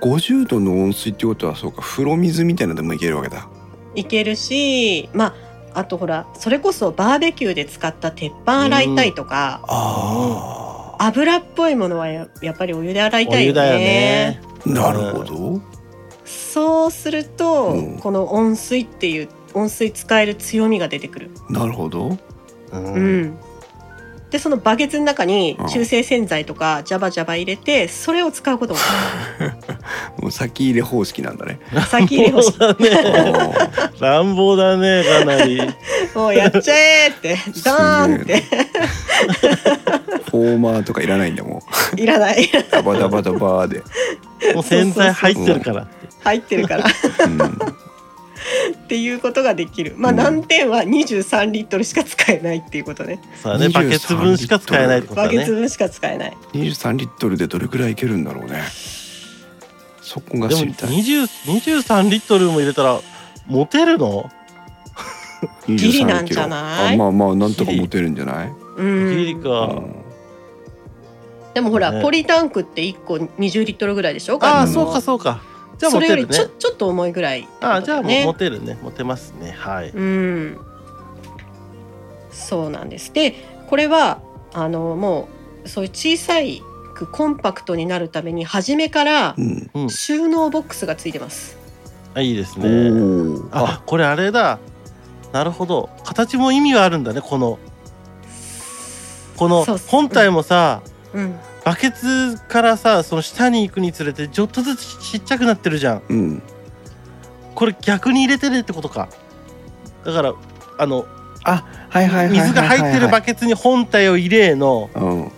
A: 50度の温水ってことはそうか風呂水みたいなのでもいけるわけだ
C: いけるしまああとほらそれこそバーベキューで使った鉄板洗いたいとか、
A: あ
C: 油っぽいものはややっぱりお湯で洗い
B: お
C: たいよね
B: 湯だよね
A: あなるほど
C: そうすると、
A: うん
C: この温水っていう温水使える強みが出てくる、
A: なるほど
B: うん
C: うん、でそのバケツの中に
A: うん
C: 中性洗剤とかジャバジャバ入れてそれを使うことも
A: もう先入れ方式なんだね
C: 先入れをし
B: そうだね
A: あ
B: 乱暴だねかな り
C: もうやっちゃえって
A: すげ
C: ドーンっ
A: え
C: て
A: ーフォーマーとかいらないんだもん
C: いらない
A: ダバダバダバーで、
B: もう洗剤入ってるから
C: 入ってるからっ
A: うん、
C: ていうことができるまあ
A: うん
C: 難点は23リットルしか使えないっていうことね
B: そうだねバケツ分しか使えないってこと
C: バ
B: だ
C: ケツ
B: ね
C: 分しか使えない
A: 23リットルでどれくらいいけるんだろうねそこが
B: でも
A: 知りたい
B: 20 23リットルも入れたら持てるの
A: 23
C: ギリなんじゃない
A: あまあまあなんとか持てるんじゃない、
C: う
B: ギリ
C: ん
A: う
B: か
A: ん、
C: でもほら、
B: ね
C: ポリタンクって1個20リットルぐらいでしょ
B: あ
A: あ
B: あ
A: の
B: そうかそうかじゃあ
C: そ
B: 持
C: れ
B: て
C: よ
B: る
C: り
B: ね
C: ちょちょっと重いぐらい、
B: ああじゃあもう持
C: ね。
B: てるね持てますねはい
C: うん。そうなんです。で、これはあのもうそういう小さいくコンパクトになるために初めから
A: うん
B: うん
C: 収納ボックスがついてます。
B: あいいですね
A: おー
B: あこれあれだなるほど形も意味があるんだねこのこの
C: そうそう
B: 本体もさ、
C: うん。
B: バケツからさその下に行くにつれてちょっとずつちっちゃくなってるじゃん
A: うん
B: これ逆に入れてるってことかだからあの
A: はいはいはいはいはいはい
B: 水が入ってるバケツに本体を入れの
A: うん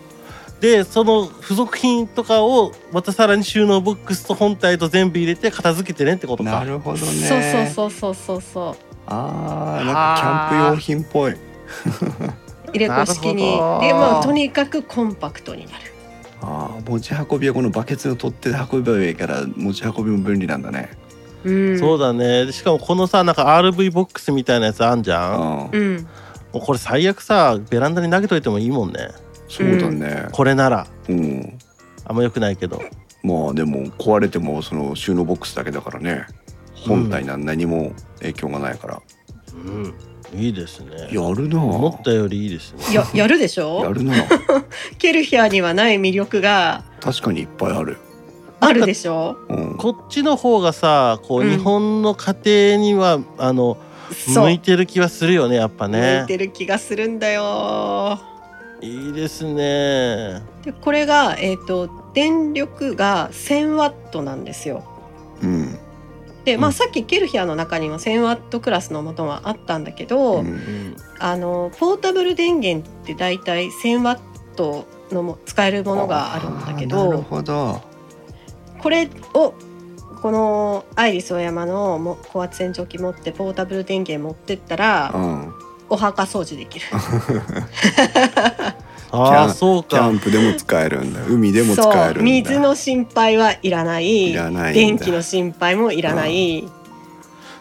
B: でその付属品とかをまたさらに収納ボックスと本体と全部入れて片付けてねってこと
A: な
B: か
A: るほどね
C: そうそうそうそうそうそ。
A: あーなんかキャンプ用品っぽいう
C: 入れ子式
B: なる
C: に
B: ほど
C: でもうとにかくコンパクトになる。
A: あー持ち運びはこのバケツを取って運べばいいから持ち運びも便利なんだね
C: うん。
B: そうだねでしかもこのさなんか RV ボックスみたいなやつあんじ
A: う
B: ゃんも
A: ん
C: うん。
B: うこれ最悪さベランダに投げといてもいいもんね
A: そうだね
B: これなら
A: うん
B: あんま良くないけど
A: まあでも壊れてもその収納ボックスだけだからね本体なん何も影響がないから、
B: うんいいですね
A: やるな
B: 思ったよりいいですね
C: ややるでし
A: や
C: ょ。
A: るな
C: ケルヒャーにはない魅力が
A: 確かにいっぱいある、
C: あるでしょ。
A: うん、
B: こっちの方がさこう
C: うん
B: 日本の家庭には、あの
C: そう
B: 向い。てる気はするよねやっぱ
C: 向い
B: ね
C: てる気がするんだよ。
B: いいですね
C: でこれが、えー、と電力が1000ワットなんですよ。
A: うん
C: で、ま
B: う
C: あ、
B: ん
C: さっきケルヒアの中にも1000ワットクラスのものはあったんだけ
A: う
C: ど、
A: ん
C: あのポータブル電源ってだいたい1000ワットのも使えるものがあるんだけ
A: あーなる
C: ど
A: ほど
C: これをこのアイリスオーヤマのも高圧洗浄機持ってポータブル電源持ってったら
A: うん、
C: お墓掃除できる
B: あ
A: キャ
B: あ
A: ン
B: そう
A: キャ
B: か
A: ンプでも使えるんだ海でも使えるんだ
C: そう水の心配はいらない
A: いらないんだ
C: 電気の心配もいらない、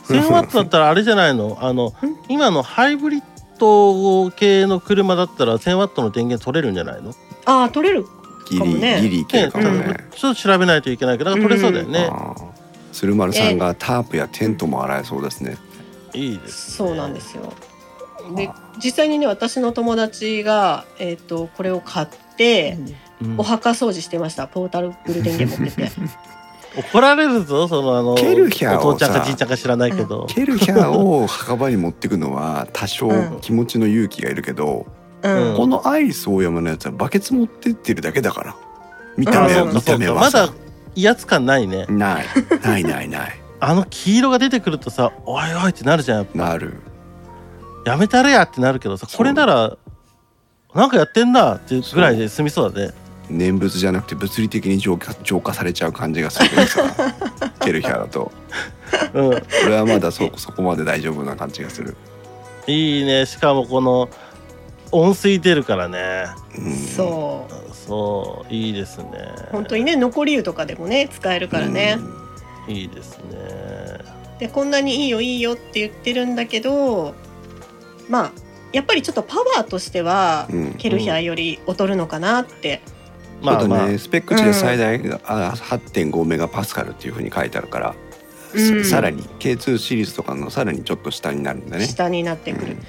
B: 1000ワットだったらあれじゃな いのあの今のハイブリッド系の車だったら1000ワットの電源取れるんじゃないの
C: ああ取れる
A: ギ
C: かも
A: リ、
C: ね
A: ギリいけるかもね
C: ね、
B: ちょっと調べないといけないけどなんか取れそうだよね、
A: あー鶴丸さんがタープやテントも洗えそうですね、
B: いいです
C: そうなんですよで
A: あ
C: 実際にね私の友達が、えー、とこれを買って、
B: うん
C: お墓掃除してましたポータルブル電源持 ってて
B: 怒られるぞそのあの
A: ケルヒャーをさ
B: お父ちゃんかじいちゃんか知らないけど、
A: ケルヒャーを墓場に持ってくのは多少
C: うん
A: 気持ちの勇気がいるけど、
C: うん、
B: うん
A: このアイリス大山のやつはバケツ持ってってるだけだから見た
B: あ
A: 目
B: そ
A: は
B: う
A: 見
B: かそ
A: た
B: う
A: 目
B: か
A: は
B: まだ
A: さ
B: 威圧感ないね
A: ないないないない
B: あの黄色が出てくるとさ「おいおい」ってなるじゃん
A: なる
B: やめたれやってなるけどさこれならなんかやってんなっていうぐらいで済みそうだね
A: 念仏じゃなくて物理的に浄化浄化されちゃう感じがするけど さケルヒャーだと
B: うん
A: 俺はまだそそこまで大丈夫な感じがする、
B: いいねしかもこの温水出るからね
A: うん、
C: そう
B: そういいですね
C: 本当にね残り湯とかでもね使えるからね、
B: いいですね
C: でこんなにいいよいいよって言ってるんだけどまあやっぱりちょっとパワーとしては、
A: うん、うん
C: ケルヒャーより劣るのかなって、
B: まあ
A: ちょっ
B: まあ
A: とねスペック値で最大があ8.5メガパスカルっていうふうに書いてあるから、
C: うん
A: さらに K2 シリーズとかのさらにちょっと下になるんだね。
C: 下になって
A: う
C: くる、
A: ん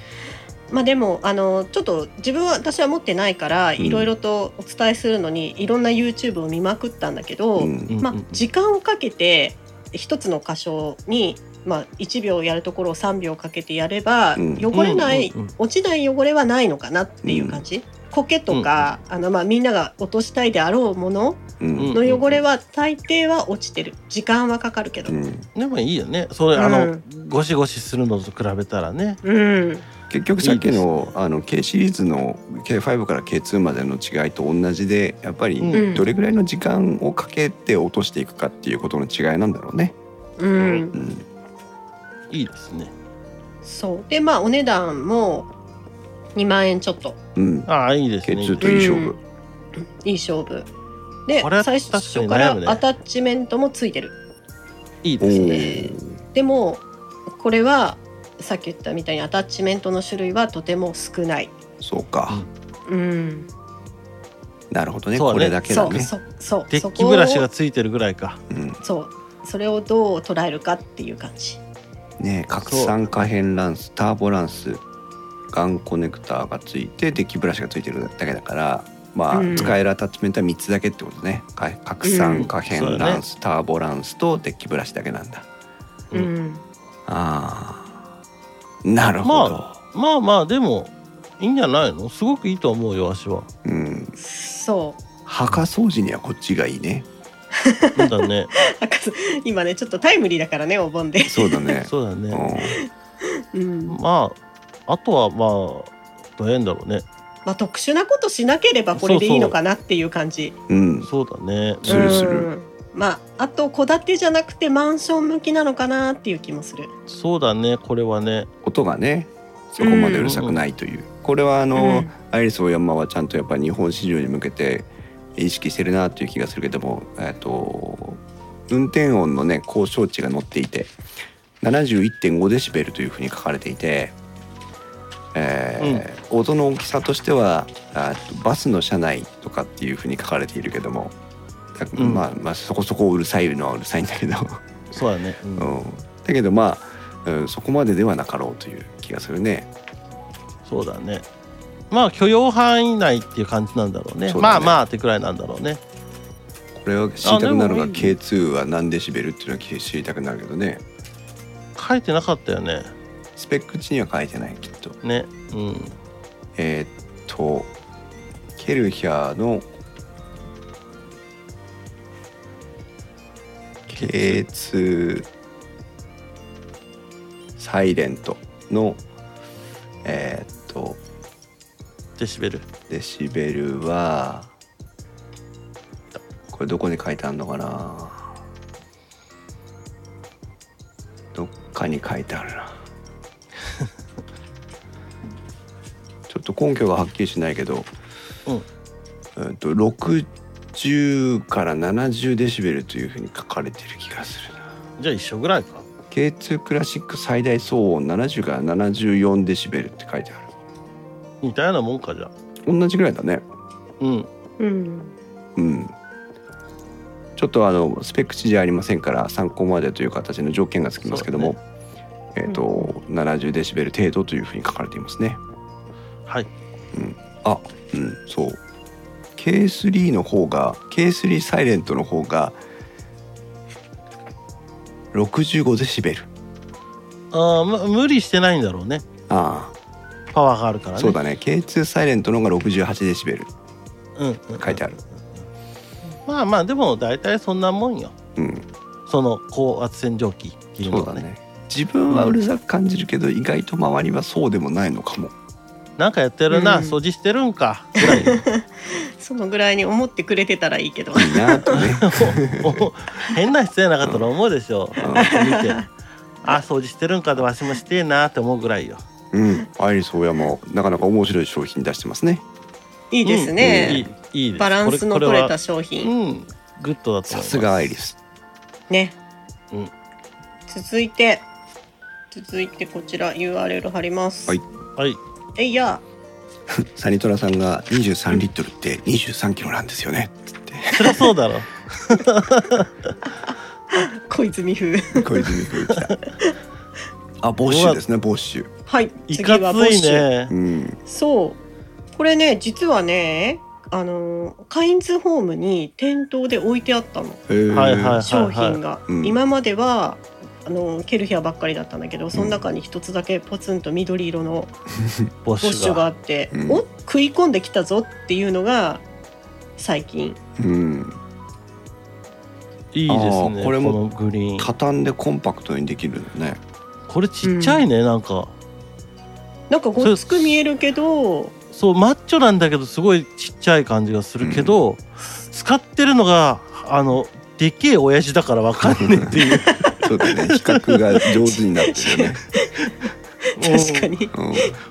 C: まあでもあのちょっと自分は私は持ってないから
A: ん
C: いろいろとお伝えするのにいろんな YouTube を見まくったんだけど、
A: うん
B: うん
C: まあ、時間をかけて一つの箇所に、まあ、1秒やるところを3秒かけてやれば、
A: うん
C: 汚れない、
B: うんうんうん
C: 落ちない汚れはないのかなっていう感じ、苔とか、あのまあ、みんなが落としたいであろうもの
A: うん
C: の汚れは大抵は落ちてる時間はかかるけど、
A: う
C: うん
A: ん
B: でもいいよねそれ、
C: うん
B: あのゴシゴシするのと比べたらね
A: 結局さっき
B: いい
A: のあの K シリーズの K5 から K2 までの違いと同じでやっぱり
B: うん
A: どれぐらいの時間をかけて落としていくかっていうことの違いなんだろうね。
C: うん
A: うん
B: いいですね
C: そうでまあお値段も2万円ちょっと
A: うん、
B: ああいいですね
A: K2 といい勝負。
C: いい勝負で
B: これは
C: 最
B: 確かに
C: 初から
B: 悩むね
C: アタッチメントもついてる
B: いい
A: お
B: ですね
A: ー
C: でもこれはさっき言ったみたいにアタッチメントの種類はとても少ない。
A: そうか、
C: うん、
A: なるほどね
B: そうだね
A: これだけだ
C: そう
A: ね。
C: そうそう
B: デ
C: そ
B: ッ
C: こ
B: キ
C: を
B: ブラシがついてるぐらいか
A: うん
C: そうそれをどう捉えるかっていう感じ。
A: ね核酸化変乱数ターボランスガンコネクターがついてデッキブラシがついてるだけだからまあ、
C: うん
A: 使えるアタッチメントは3つだけってことねか核酸化変乱数、ターボランスとデッキブラシだけなんだ
C: う
B: うん
C: ん、
A: あーなるほど、
B: まあまあでもいいんじゃないのすごくいいと思うよわしは
A: うん
C: そう。
A: 墓掃除にはこっちがいいね
B: そう だね
C: なんかそう今ねちょっとタイムリーだからねお盆で。
A: そうだね
B: そうだね
A: う
C: うん。ま
B: まああとはまあどうやんだろうね
C: あ特殊なことしなければこれでいいのかなっていう感じ。
A: ん、うん、
B: そうだね
A: そうそうするする
C: うん。まああと戸建てじゃなくてマンション向きなのかなっていう気もする。
B: そうだねこれはね
A: 音がねそこまでうるさくないという、これはあの、
C: うん
A: アイリスオーヤマはちゃんとやっぱ日本市場に向けて意識してるなという気がするけども、えっと運転音のね高消値が載っていて71.5デシベルというふうに書かれていて、えー音の大きさとしてはあとバスの車内とかっていうふうに書かれているけども、だ
B: うん
A: まあまあそこそこうるさいのはうるさいんだけど、
B: そうだね、うん
A: うん、だけどまあ、うんそこまでではなかろうという気がするね。
B: そうだねまあ許容範囲内っていう感じなんだろうね
A: そうだね
B: まあまあってくらいなんだろうね
A: これは知りたくなる
B: あ
A: が
B: でもいい
A: K2 は何デシベルっていうのは知りたくなるけどね
B: 書いてなかったよね
A: スペック値には書いてないきっと
B: ねうん
A: えーっとケルヒャーの K2 サイレントのえーっと
B: デシベル
A: デシベルはこれどこに書いてあるのかなどっかに書いてあるなちょっと根拠がはっきりしないけど、うん、と60から70デシベルというふうに書かれてる気がするな
B: じゃあ一緒ぐらいか
A: K2 クラシック最大騒音70から74デシベルって書いてあ
B: 似たようなもんかじゃあ
A: る同じぐらいだね
B: うん
C: うん。
A: うんちょっとあのスペック値じゃありませんから参考までという形の条件がつきますけども、えっ、と70デシベル程度というふうに書かれていますね
B: はい
A: あうんそう K3 の方が K3 サイレントの方が65デシベル
B: あー、ま、無理してないんだろうね
A: あ
B: パワーがあるか
A: あ
B: らね
A: そうだね K2 サイレントの方が68デシベル
B: うんうん、
A: 書いてある
B: まあまあでも大体そんなもんよ
A: うん
B: その高圧洗浄機っていう
A: そ
B: の
A: う
B: は
A: だ
B: ね
A: ね自分はうるさく感じるけど意外と周りはそうでもないのかも
B: なんかやってるな、
C: うん
B: 掃除してるんかぐらい
C: そのぐらいに思ってくれてたらいいけど。
A: いいなとね
B: おお変な人やなかったら思うでしょ、
A: うん
B: 見てあ掃除してるんかでわしもしてえなって思うぐらいよ
A: うんアイリスオーヤマなかなか面白い商品出してますね
C: いいです
A: うん
C: ね。
B: いいいいです
C: バランスの
B: こ
C: 取れ
B: こ
C: た商
B: は
C: 品
B: うんグッドだと思います
A: さすがアイリス
C: ね。
B: うん
C: 続いて続いてこちら URL 貼ります。
A: はい。
B: はい
C: えいや。
A: サニトラさんが23リットルって23キロなんですよね
B: そりゃそうだろ
C: 小泉風。
A: 小泉君来た。あ、ボッシュですね、ボッシュ。
C: はい。
B: い
C: 次
B: か
C: はボ
B: つ
C: ッ
B: い
C: シュ。
B: ね
A: うん。
C: そうこれね実はねあのーカインズホームに店頭で置いてあったの
A: へー
B: はいはい
C: 商品が、
A: うん
C: 今まではあのーケルヒアばっかりだったんだけどその中に一つだけポツンと緑色の
B: ボッ
C: ポッ
B: シ
C: シ
B: ュ
C: ュが
B: が
C: あって、
A: うん
C: お食い込んできたぞっていうのが最近
A: うん。
B: いいです
A: あ
B: ね
A: ー
B: こ
A: これも
B: のグリーン
A: 畳んでコンパクトにできるのね。
B: これちっちゃいね、なんか
C: なんかごっつく見えるけど
B: そうマッチョなんだけどすごいちっちゃい感じがするけど、使ってるのがあのでけえ親父だからわかんねえっていう
A: そうだね。比較が上手になってるよね。
C: 確かに、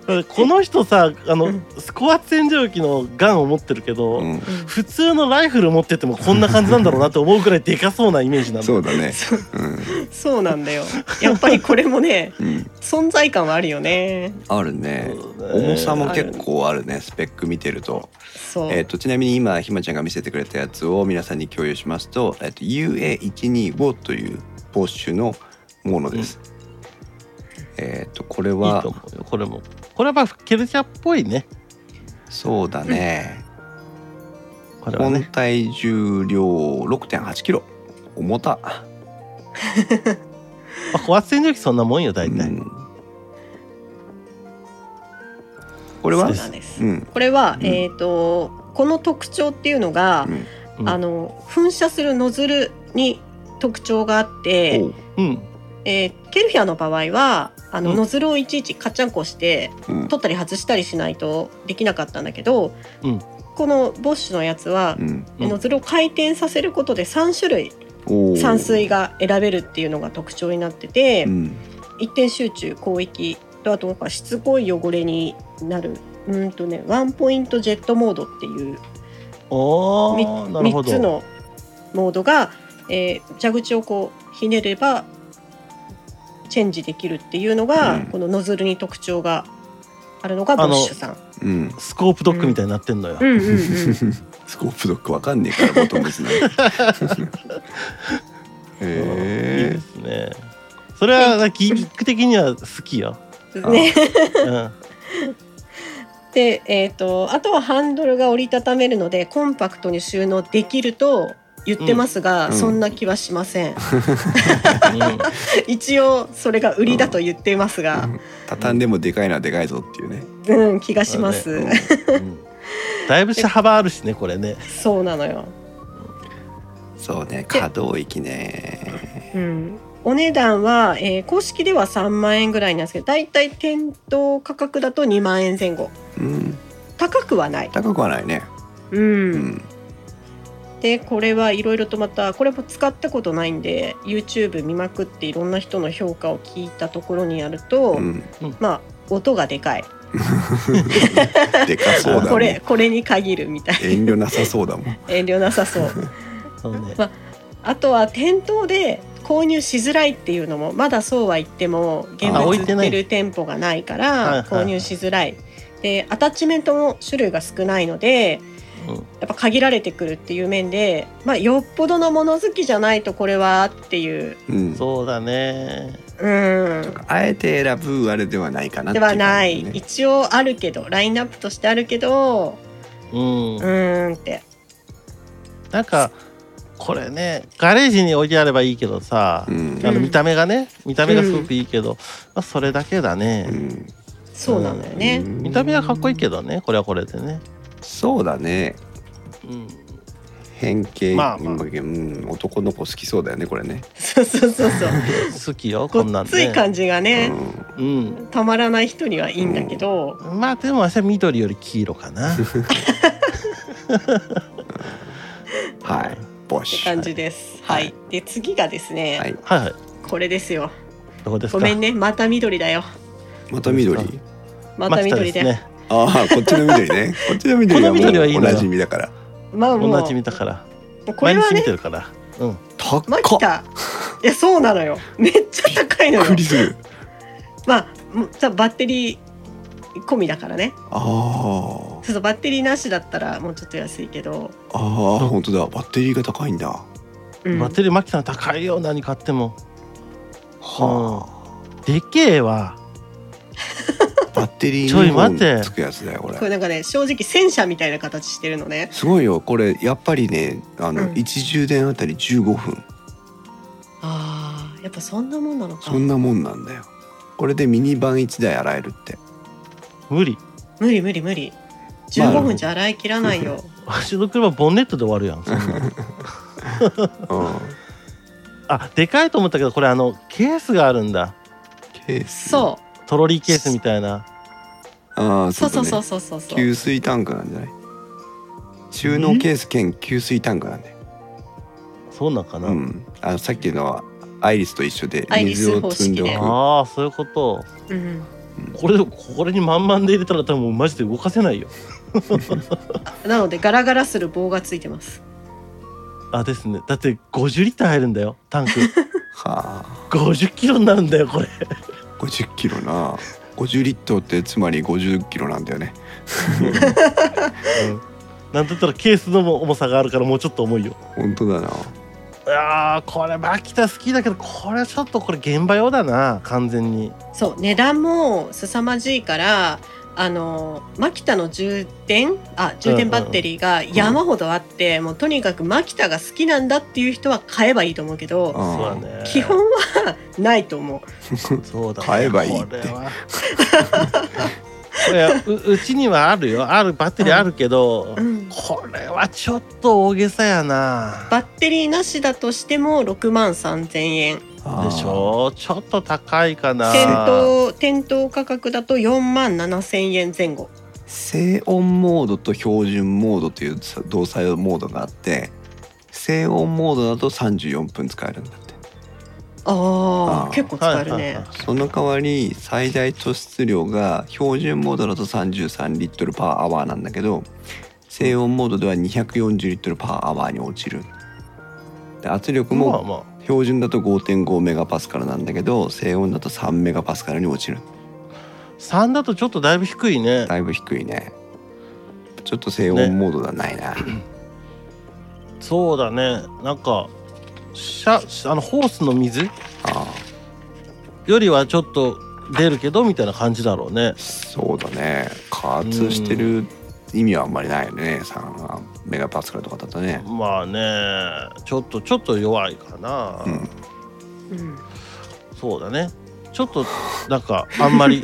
B: うんこの人さあ
C: う
B: の
C: ん
B: スコア洗浄機のガンを持ってるけど、
A: うん。う。
C: うん
B: 普通のライフル持っててもこんな感じなんだろうなって思うくらいでかそうなイメージなんんだ
A: そうだね。
C: そう
A: うん。
C: そうなんだよやっぱりこれもね
A: うん。
C: 存在感はあるよね
A: あるね。
B: そうね
A: 重さも結構あるね。スペック見てると。
C: そう、
A: えっと、ちなみに今、ひまちゃんが見せてくれたやつを皆さんに共有しますと、えっと、UA125 というボッシュのものです。えっと、これ
B: いい
A: は
B: と、思うよこれもこれはやっぱケルチャーっぽいね
A: そうだね。
B: これは
A: 本
B: ね
A: 体重量6.8キロ重た、
B: まあ高圧洗浄機そんなもんよ大体、
A: うんこれは
C: そうなんです
A: うん
C: これは、
A: うん
C: えっ、とこの特徴っていうのが、
B: うん
C: あの噴射するノズルに特徴があっ
A: お
C: て、
A: う
B: うん
C: えーケルフィアの場合はあの、
B: うん
C: ノズルをいちいちカチャンコして
A: うん
C: 取ったり外したりしないとできなかったんだけど、
B: うん
C: このボッシュのやつは
A: う、ん
B: うん
C: ノズルを回転させることで3種類
A: おう
C: 散水が選べるっていうのが特徴になってて、
A: うん
C: 一点集中広域とあとなんかしつこい汚れになるうんとねワンポイントジェットモードっていう
B: お
C: み
B: ーなるほど
C: 3つのモードが、えー蛇口をこうひねればチェンジできるっていうのが、
A: うん
C: このノズルに特徴があるのがボ
B: あの
C: ッシュさん。
A: うん
B: スコープドッグみたいになってんのよ、
C: うんうんうん、
A: スコープドックわかんねえからボトムズ なんて
B: いい
A: へ
B: ですねそれはギミック的には好きよ、
A: あ
C: ね、
B: うん、
C: で、えー、とあとはハンドルが折りたためるのでコンパクトに収納できると言ってますが、
A: うん
C: そんな気はしません、
B: う ん
C: 一応それが売りだと言っています
A: え
C: が、
A: 畳んでもでかいのはでかいぞっていうね
C: うん気がします、
B: そうだ うんだいぶした幅あるしねこれね
C: そうなのよ、
A: そうね可動域ね
C: うん、お値段は、えー公式では3万円ぐらいなんですけどだいたい店頭価格だと2万円前後
A: うん
C: 高くはない、
A: 高くはないね
C: うん
A: うん
C: でこれはいろいろとまたこれも使ったことないんで YouTube 見まくっていろんな人の評価を聞いたところにやると、
A: うん、
C: まあ音がでかい
A: でかそうだもん
C: これこれに限るみたい
A: 遠慮なさそうだもん
C: 遠慮なさそう
B: そうね
C: あとは店頭で購入しづらいっていうのもまだそうは言っても現
B: あ
C: 物
B: 置
C: 売
B: い
C: って
B: ない
C: てる店舗がないか
B: はいはい
C: ら購入しづらい。でアタッチメントも種類が少ないので
B: うん
C: やっぱ限られてくるっていう面で、まあ、よっぽどの物好きじゃないとこれはっていう
A: うん
B: そうだね
C: うん
A: あえて選ぶあれではないかなって
C: で
A: いう感
C: は
A: じ
C: ない、
A: ね
C: 一応あるけどラインナップとしてあるけど
B: うん
C: うーんって
B: なんかこれねガレージに置いてあればいいけどさ、
A: うん
B: あ
C: う
B: の
C: ん
B: 見た目がね見た目がすごくいいけど、まあ、それだけだね、
A: うん
C: そうなのよね。
A: うん
B: 見た目はかっこいいけどねこれはこれでね、
A: そうだね
B: うん、
A: 変形、
B: まあまあ
A: うん、男の子好きそうだよねこれね
C: そうそうそうそう。
B: 好きよこん
C: ご
B: な
C: っ
B: ん
C: つい
B: ね
C: 感じがね、
B: うん
C: たまらない人にはいいんだけど、
B: まあでも私は緑より黄色か な
A: うん、はいボ
C: って
A: シ
C: 感じです。
A: は
C: はいい。で次がですね、
A: はい
B: はいはい
C: これですよ。
B: どこですか
C: ごめんね、また緑だよ。
A: また緑
B: そうで
C: また
B: で。
C: 緑です
B: ね
A: ああこっちの緑ねこっちの緑はも
B: この緑はいいう
A: お
B: のよ
A: なじみだから
C: まあ
B: お
C: も
B: なじみ
C: う
B: だから
C: これ
B: 毎
C: は
B: 日見
C: ね、
B: てるからうん
A: 高っ
C: マキタ。いやそうなのよ。めっちゃ高いの
A: ク
C: よ
A: リ。する
C: まあもうさバッテリー込みだからね。
A: ああ
C: そうそうバッテリーなしだったらもうちょっと安いけど。
A: ああ本当だバッテリーが高いんだは
C: うん
B: バッテリーマキタの高いよ何買っても
A: あ
B: でけえわ
A: バッテリー
B: ちょ
A: 2
B: い待って
A: 本つくやつだよこれ
C: これなんかね正直戦車みたいな形してるのね。
A: すごいよこれやっぱりねあの、
C: うん
A: 一充電あたり15分
C: ああやっぱそんなもんなのか
A: そ。んなもんなんだよこれでミニバン1台洗えるって
B: 無理
C: 無理無理無理。
A: まあ
C: 15分じゃ洗い切らないよ。
B: 私の車ボンネットで終わるやんそんなの
A: うん
B: あでかいと思ったけどこれあのケースがあるんだ
A: ケース
C: そう。
B: トロリーケースみたいな
A: ああ
C: そ
A: そうう
C: そ
A: そうう
C: そ
A: そうう
C: そうそうそう。
A: 給水タンクなんじゃない収納ケース兼給水タンクなんだよ、
B: そうなんかな、
A: うん、あのさっきのはアイリスと一緒で
C: アイリス
A: 水を積んでおく、
C: 方式
B: ああそういうこと
C: うん、
B: これでこれに満々で入れたら多分マジで動かせないよ
C: なのでガラガラする棒がついてます。
B: あですねだって50リッター入るんだよタン ク
A: はあ
B: 50キロになるんだよこれ
A: 50キロな50リットルってつまり50キロなんだよね
B: うんなんだったらケースの重さがあるからもうちょっと重いよ
A: 本当だな
B: あーこれマキタ好きだけどこれちょっとこれ現場用だな完全に
C: そう値段も凄まじいからあのマキタの充電あ充電バッテリーが山ほどあって、もうとにかくマキタが好きなんだっていう人は買えばいいと思うけど、
A: あ
B: そうだ
A: あ
B: ね
C: 基本はないと思う。
B: そうだね
A: 買えばいいって
B: これは これううちにはあるよあるバッテリーあるけど、
C: うん
B: これはちょっと大げさやな
C: バッテリーなしだとしても6万3000円
A: ああ
B: でしょちょっと高いかな
C: 店頭店頭価格だと4万7000円前後
A: 静音モードと標準モードという動作モードがあって静音モードだと34分使えるんだって
C: あ
A: あー
C: あ結構使える
B: はいはい
C: ね
B: は。い
A: その代わり最大突出量が標準モードだと33リットルパーアワーなんだけど静音モードでは240リットルパーアワーに落ちるで圧力
B: まあ
A: も
B: まあ
A: 標準だと5.5メガパスカルなんだけど静音だと3メガパスカルに落ちる
B: 3だとちょっとだいぶ低いね
A: だいぶ低いねちょっと静音モードではないな、
B: そうだねなんかシャあのホースの水
A: あ
B: よりはちょっと出るけどみたいな感じだろう
A: あ
B: ね
A: そうだね加圧してる意味はあんまりないよね3メガパスカルとかだとね
B: まあねちょっとちょっと弱いかな、
A: うん
C: うん
B: そうだねちょっとなんかあんまり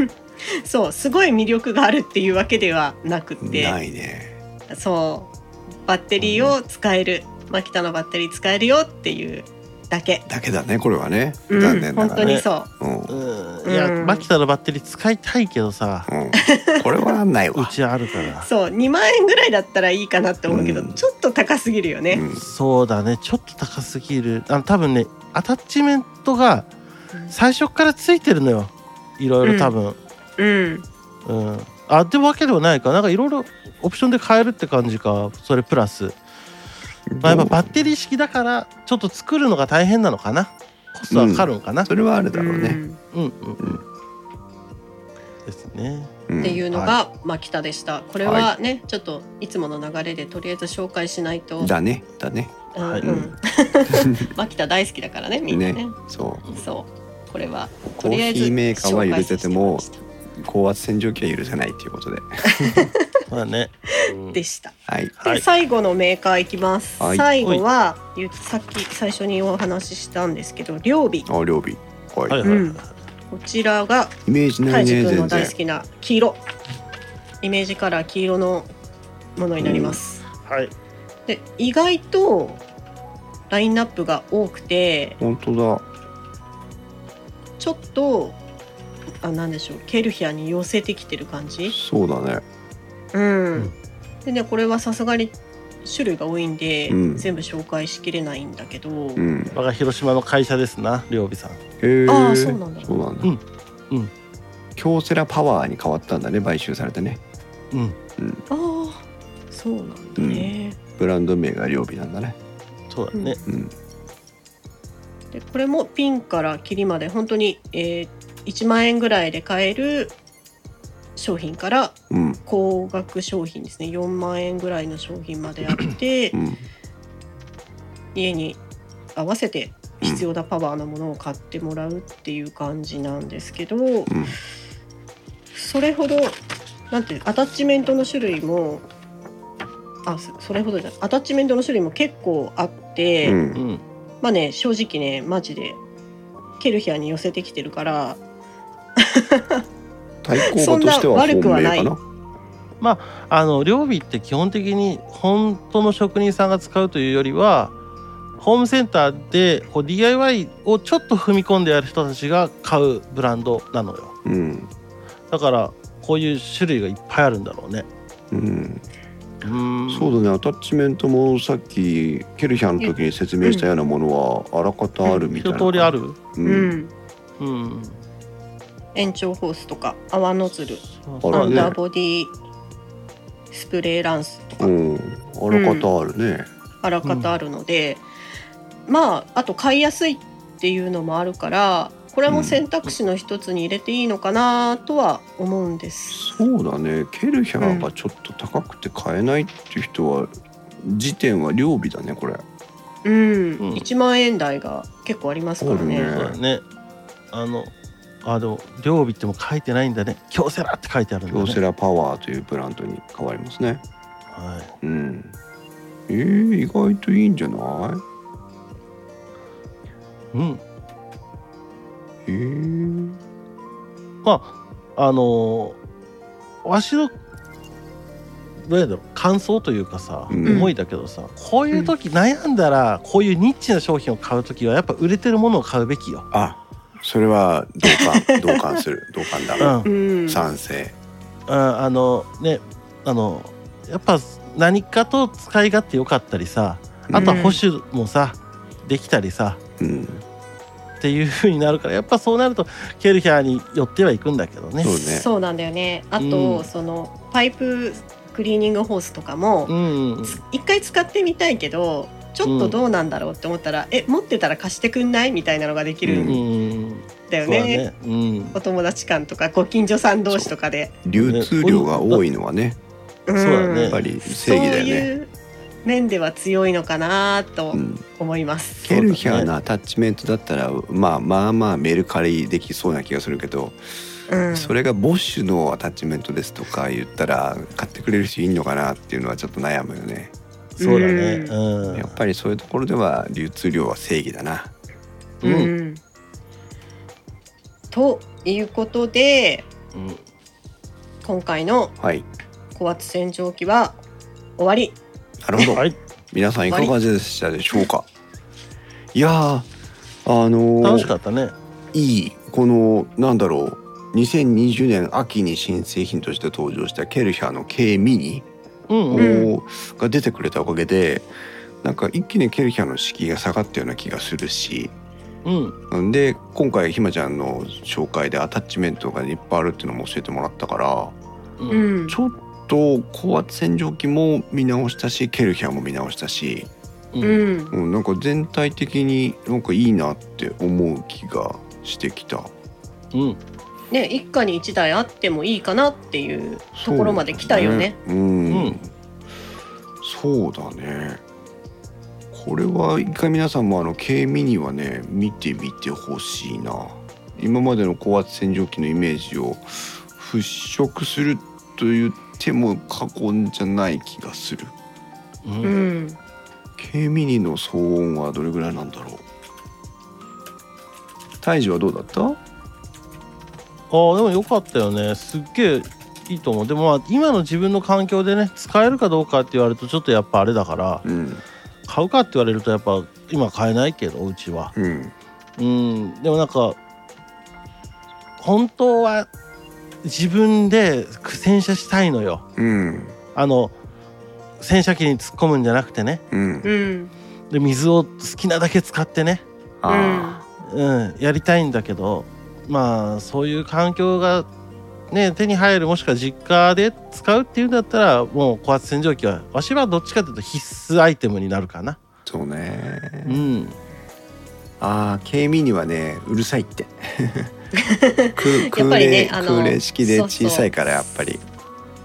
C: そうすごい魅力があるっていうわけではなくって
A: ないね
C: そうバッテリーを使える、マキタのバッテリー使えるよっていうだけ。
A: だけだねこれはね、
C: うん
A: 残念な
C: 本
A: が
C: 当
A: ら
C: に
A: ね
C: そう。
A: うん、うん
B: うんいや
C: うん
B: マキタのバッテリー使いたいけど さ
A: これはないわ
B: うちあるから
C: そう2万円ぐらいだったらいいかなって思うけど、
A: うん
C: ちょっと高すぎるよ
A: う
C: ね、
A: ん
B: そうだねちょっと高すぎるあの多分ねアタッチメントが最初からついてるのよいろいろ多分
C: うん、
B: うん、あでもわけではないかなんかいろいろオプションで買えるって感じかそれプラス、まあ、やっぱバッテリー式だからちょっと作るのが大変なのかなコストはかかるのかな、
A: それはあるだろうね、
B: うんうんうんですね
A: うん
C: っていうのが、まあ北でしたこれはね、ちょっといつもの流れでとりあえず紹介しないと、
A: だねだね
C: うん
B: はい
C: うん、まあ北大好きだからねみんなね
A: ねそう
C: そうこれは
A: コ
C: とりあ
A: ー
C: え
A: ヒ
C: ず
A: ーメーカーは許せても
C: 紹介させもらいま
A: 高圧洗浄機は許せないということで
B: まあね、うん
C: したでした
A: はい
C: で、
B: はい
C: 最後のメーカーいきます、
A: はい
C: 最後はゆさっき最初にお話ししたんですけど両備
A: あ料理はい、
B: はいはいはい、
C: うんこちらが
A: イメージな
C: カ
A: い
C: イジ
A: ね
C: 君
A: 全
C: の大
A: 然
C: 好きな黄色イメージカラー黄色のものになります、
B: はい
C: で意外とラインナップが多くて
A: 本当だ
C: ちょっとあなんでしょうケルヒアに寄せてきてる感じ
A: そうだね
C: うん、
B: うん
C: でねこれはさすがに種類が多いんで、
A: うん
C: 全部紹介しきれないんだけど、
A: うん
B: 我が広島の会社ですな両備さん
A: へえ
C: ああそうなんだ
A: そうなんだ
B: うんうん
A: 京セラパワーに変わったんだね買収されてね
B: うん
C: ああそうなんだね、
A: ブランド名が両備なんだね
B: そうだね、
A: うん
C: でこれもピンからキリまで本当に、えー1万円ぐらいで買える商品から
A: うん
C: 高額商品ですね4万円ぐらいの商品まであって、
A: うん
C: 家に合わせて必要なパワーのものを買ってもらうっていう感じなんですけど、
A: うん
C: それほどなんていうアタッチメントの種類もあそそれほどじゃないアタッチメントの種類も結構あって、
A: うん
B: うん
C: まあね正直ねマジでケルヒアに寄せてきてるから
A: 対抗馬としては
C: そんな悪くはない
A: 本命か
B: あの両備って基本的に本当の職人さんが使うというよりはホームセンターでこう DIY をちょっと踏み込んでやる人たちが買うブランドなのよ
A: なうん
B: だからこういう種類がいっぱいあるんだろうね
A: うん
B: うーん
A: そうだねアタッチメントもさっきケルヒャーの時に説明したようなものはあらかたあるみたい
B: 一
A: な
B: 通りある
A: う
C: うんん
B: うん
C: 延長ホースとか泡ノズル
A: あ
C: ア
A: ら
C: ン
A: ね
C: ダーボディスプレーランスとか
A: うんあらかたあるね
C: あらかたあるので、まああと買いやすいっていうのもあるからこれも選択肢の一つに入れていいのかなとは思うんです。
A: そうだねケルヒャーがちょっと高くて買えないっていう人は時点は両備だねこれ
C: うん、
B: ん
C: 1万円台が結構ありますからね。
A: あるね
B: そうだねあのあでも両備っても書いてないんだね京セラって書いてあるんだね
A: 京セラパワーというブランドに変わりますね
B: はい
A: うんえー、意外といいんじゃない
B: うん
A: えー、
B: まああのーわしのどうやだろう感想というかさ、
A: うん
B: 思いだけどさこういう時悩んだらこういうニッチな商品を買う時はやっぱ売れてるものを買うべきよ。
A: あそれは同感同感する同感
B: うん、
A: だ、
B: うん
C: うん、
A: 賛成
B: あのねあのやっぱ何かと使い勝手良かったりさあとは保守もさ、できたりさ
A: うん
B: っていう風になるからやっぱそうなるとケルヒャーによってはいくんだけどね。
A: そうね
C: そうなんだよね。あと、
B: うん
C: そのパイプクリーニングホースとかも
B: うんうんうん、
C: つ一回使ってみたいけどちょっとどうなんだろうって思ったら、え持ってたら貸してくんないみたいなのができる
A: うん
B: ん
C: だ
B: そ
C: よ
B: うだ
C: ね,、
B: ねうん
C: お友達間とかご近所さん同士とかで。
A: 流通量が多いのはね
C: そう
B: そうだね
A: やっぱり正義だよ
C: そう
A: ね
C: いう面では強いのかなと
A: うん、
C: 思います。
A: ケルヒャーのアタッチメントだったら、まあまあまあメルカリできそうな気がするけど、
C: うん、
A: それがボッシュのアタッチメントですとか言ったら買ってくれる人いんのかなっていうのはちょっと悩むよね
B: そうだね。うん。
A: やっぱりそういうところでは流通量は正義だな
C: うん
B: うん
C: ということで
B: うん
C: 今回の
A: はい
C: 高圧洗浄機は終わり。
A: なるほど
B: はい。
A: 皆さんいかがでしたでしょうかいやーあの
B: 楽しかったね
A: いいこのなんだろう2020年秋に新製品として登場したケルヒャーの K ミニ
B: うんうん
C: ん
A: をが出てくれたおかげでなんか一気にケルヒャーの敷居が下がったような気がするし
B: うん
A: で今回ひまちゃんの紹介でアタッチメントがいっぱいあるっていうのも教えてもらったから
B: う
C: うんん
A: ちょっと高圧洗浄機も見直したしケルヒャーも見直したし、
B: うん
C: うん
A: うん、なんか全体的になんかいいなって思う気がしてきた。
B: うん
C: ね一家に一台あってもいいかなっていうところまで来たよね。
A: そうだうん、
B: うん
A: そうだね。これは一回皆さんもあの K ミニはね見てみてほしいな。今までの高圧洗浄機のイメージを払拭すると言っても過言じゃない気がする。
B: うん
C: うん、
A: K ミニの騒音はどれぐらいなんだろう。胎児はどうだった？
B: あーでも良かったよねすっげえいいと思うでもまあ今の自分の環境でね使えるかどうかって言われるとちょっとやっぱあれだから
A: うん
B: 買うかって言われるとやっぱ今買えないけどうちは
A: うん
B: うんでもなんか本当は自分で洗車したいのよ
A: うん
B: あの洗車機に突っ込むんじゃなくてね
A: うん。
C: うん、
B: で水を好きなだけ使ってね
A: あ
B: うん、やりたいんだけどまあそういう環境がね手に入るもしくは実家で使うっていうんだったらもう高圧洗浄機はわしはどっちかというと必須アイテムになるかな
A: あそうね。
B: うん
A: ああ、K ミニはね、うるさい って。空
C: やっぱりねあの
A: 空冷式で
C: そうそう
A: 小さいからやっぱり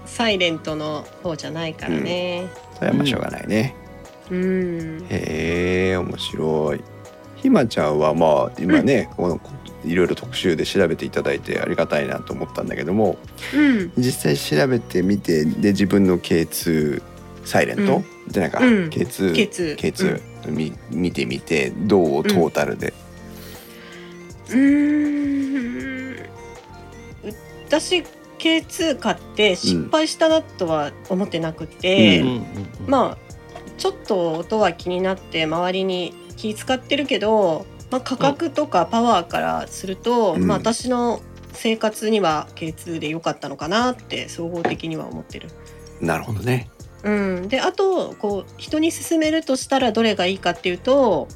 C: サイレントの方じゃないからね。
A: それはまあしょうがないね。
C: うん、
A: へえ、面白い。ひまちゃんはまあ今ね、このいろいろ特集で調べていただいてありがたいなと思ったんだけども、
C: うん、
A: 実際調べてみてで自分の K2 サイレント、
C: うん
A: じゃないか、
C: うん
A: K2
C: K2
A: K2 み見てみてどうトータルで。
C: うーん私 K2 買って失敗したなとは思ってなくて、
A: う
B: うんんうん
C: まあちょっと音は気になって周りに気使ってるけど、まあ、価格とかパワーからすると、
A: うん
C: まあ、私の生活には K2 で良かったのかなって総合的には思ってる。
A: なるほどね。
C: うん、であとこう人に勧めるとしたらどれがいいかっていうと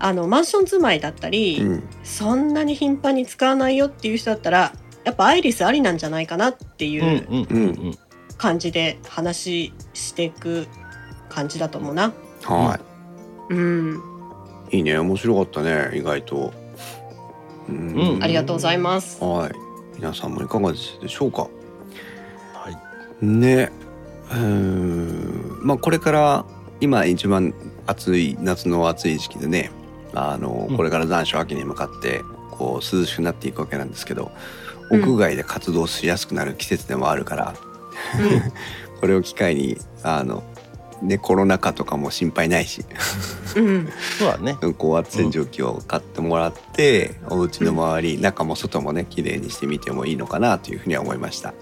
C: あのマンション住まいだったり、
A: うん、
C: そんなに頻繁に使わないよっていう人だったらやっぱアイリスありなんじゃないかなってい
B: うん
C: う
B: うんうんうん
C: 感じで話していく感じだと思うな。
A: はい。
C: うん、
A: いいね面白かったね意外とうん
B: うん
C: ありがとうございます。
A: はい皆さんもいかがでしょうか
B: はい
A: ねうーんまあこれから今一番暑い夏の暑い時期でねあの
B: うん
A: これから残暑秋に向かってこう涼しくなっていくわけなんですけど
C: うん
A: 屋外で活動しやすくなる季節でもあるから、これを機会にあのねコロナ禍とかも心配ないし
C: うん、うん、
B: そうだね
A: 高圧洗浄機を買ってもらって、お家の周り中も外もね綺麗にしてみてもいいのかなというふうには思いました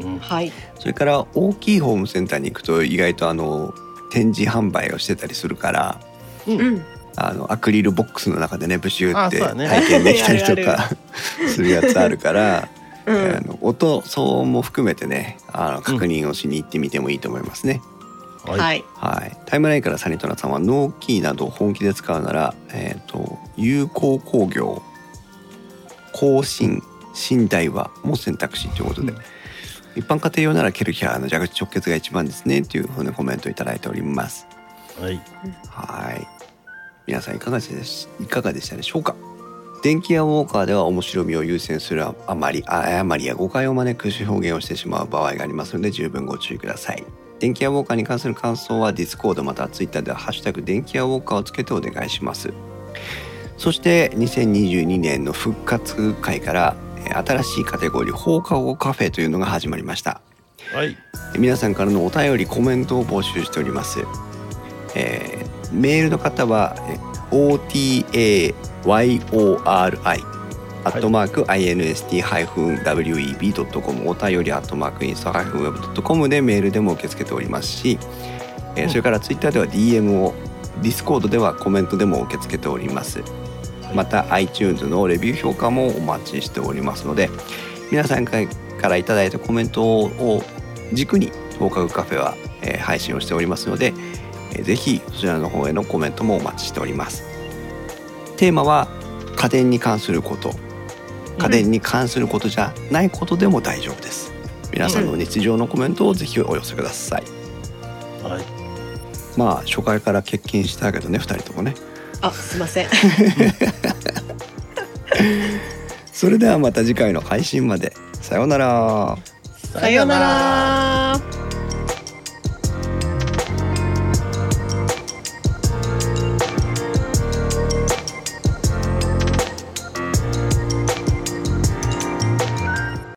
B: うん
C: はい、
A: それから大きいホームセンターに行くと意外とあの展示販売をしてたりするから
C: うん、
A: あのアクリルボックスの中でねブシューって
B: あそうだね
A: 体験できたりと
C: ある
A: かするやつあるから、
C: う
A: あ
C: ん、
A: の音騒音も含めてねあの確認をしに行ってみてもいいと思いますね。
B: はい
C: はい、
A: はい、タイムラインからサニトラさんは納期など本気で使うなら、えー、と有効工業更新新台はも選択肢ということで、
B: うん
A: 一般家庭用ならケルヒャーの蛇口直結が一番ですねというふうなコメントをいただいております
B: はい
A: はい皆さんいかがでしいかがでしたでしょうか電気屋ウォーカーでは面白みを優先するああまりあ誤りや誤解を招く表現をしてしまう場合がありますので十分ご注意ください電気屋ウォーカーに関する感想はディスコードまたはツイッターではハッシュタグ電気屋ウォーカーをつけてお願いしますそして2022年の復活会からえー新しいカテゴリー放課後カフェというのが始まりました
B: はい
A: 皆さんからのお便りコメントを募集しております、えーメールの方は otayorri アットマーク inst-web.com お便りアットマークインスタ -web.com でメールでも受け付けておりますし、えー
B: うん
A: それからツイッターでは DM をディスコードではコメントでも受け付けておりますまた iTunes のレビュー評価もお待ちしておりますので皆さんからいただいたコメントを軸に放課後カフェは、えー配信をしておりますので、えーぜひそちらの方へのコメントもお待ちしておりますテーマは家電に関すること家電に関することじゃないことでも大丈夫です皆さんの日常のコメントをぜひお寄せください
B: はい、
A: まあ初回から欠勤したけどね2人ともね
C: あすいません
A: それではまた次回の配信までさようなら
C: さようなら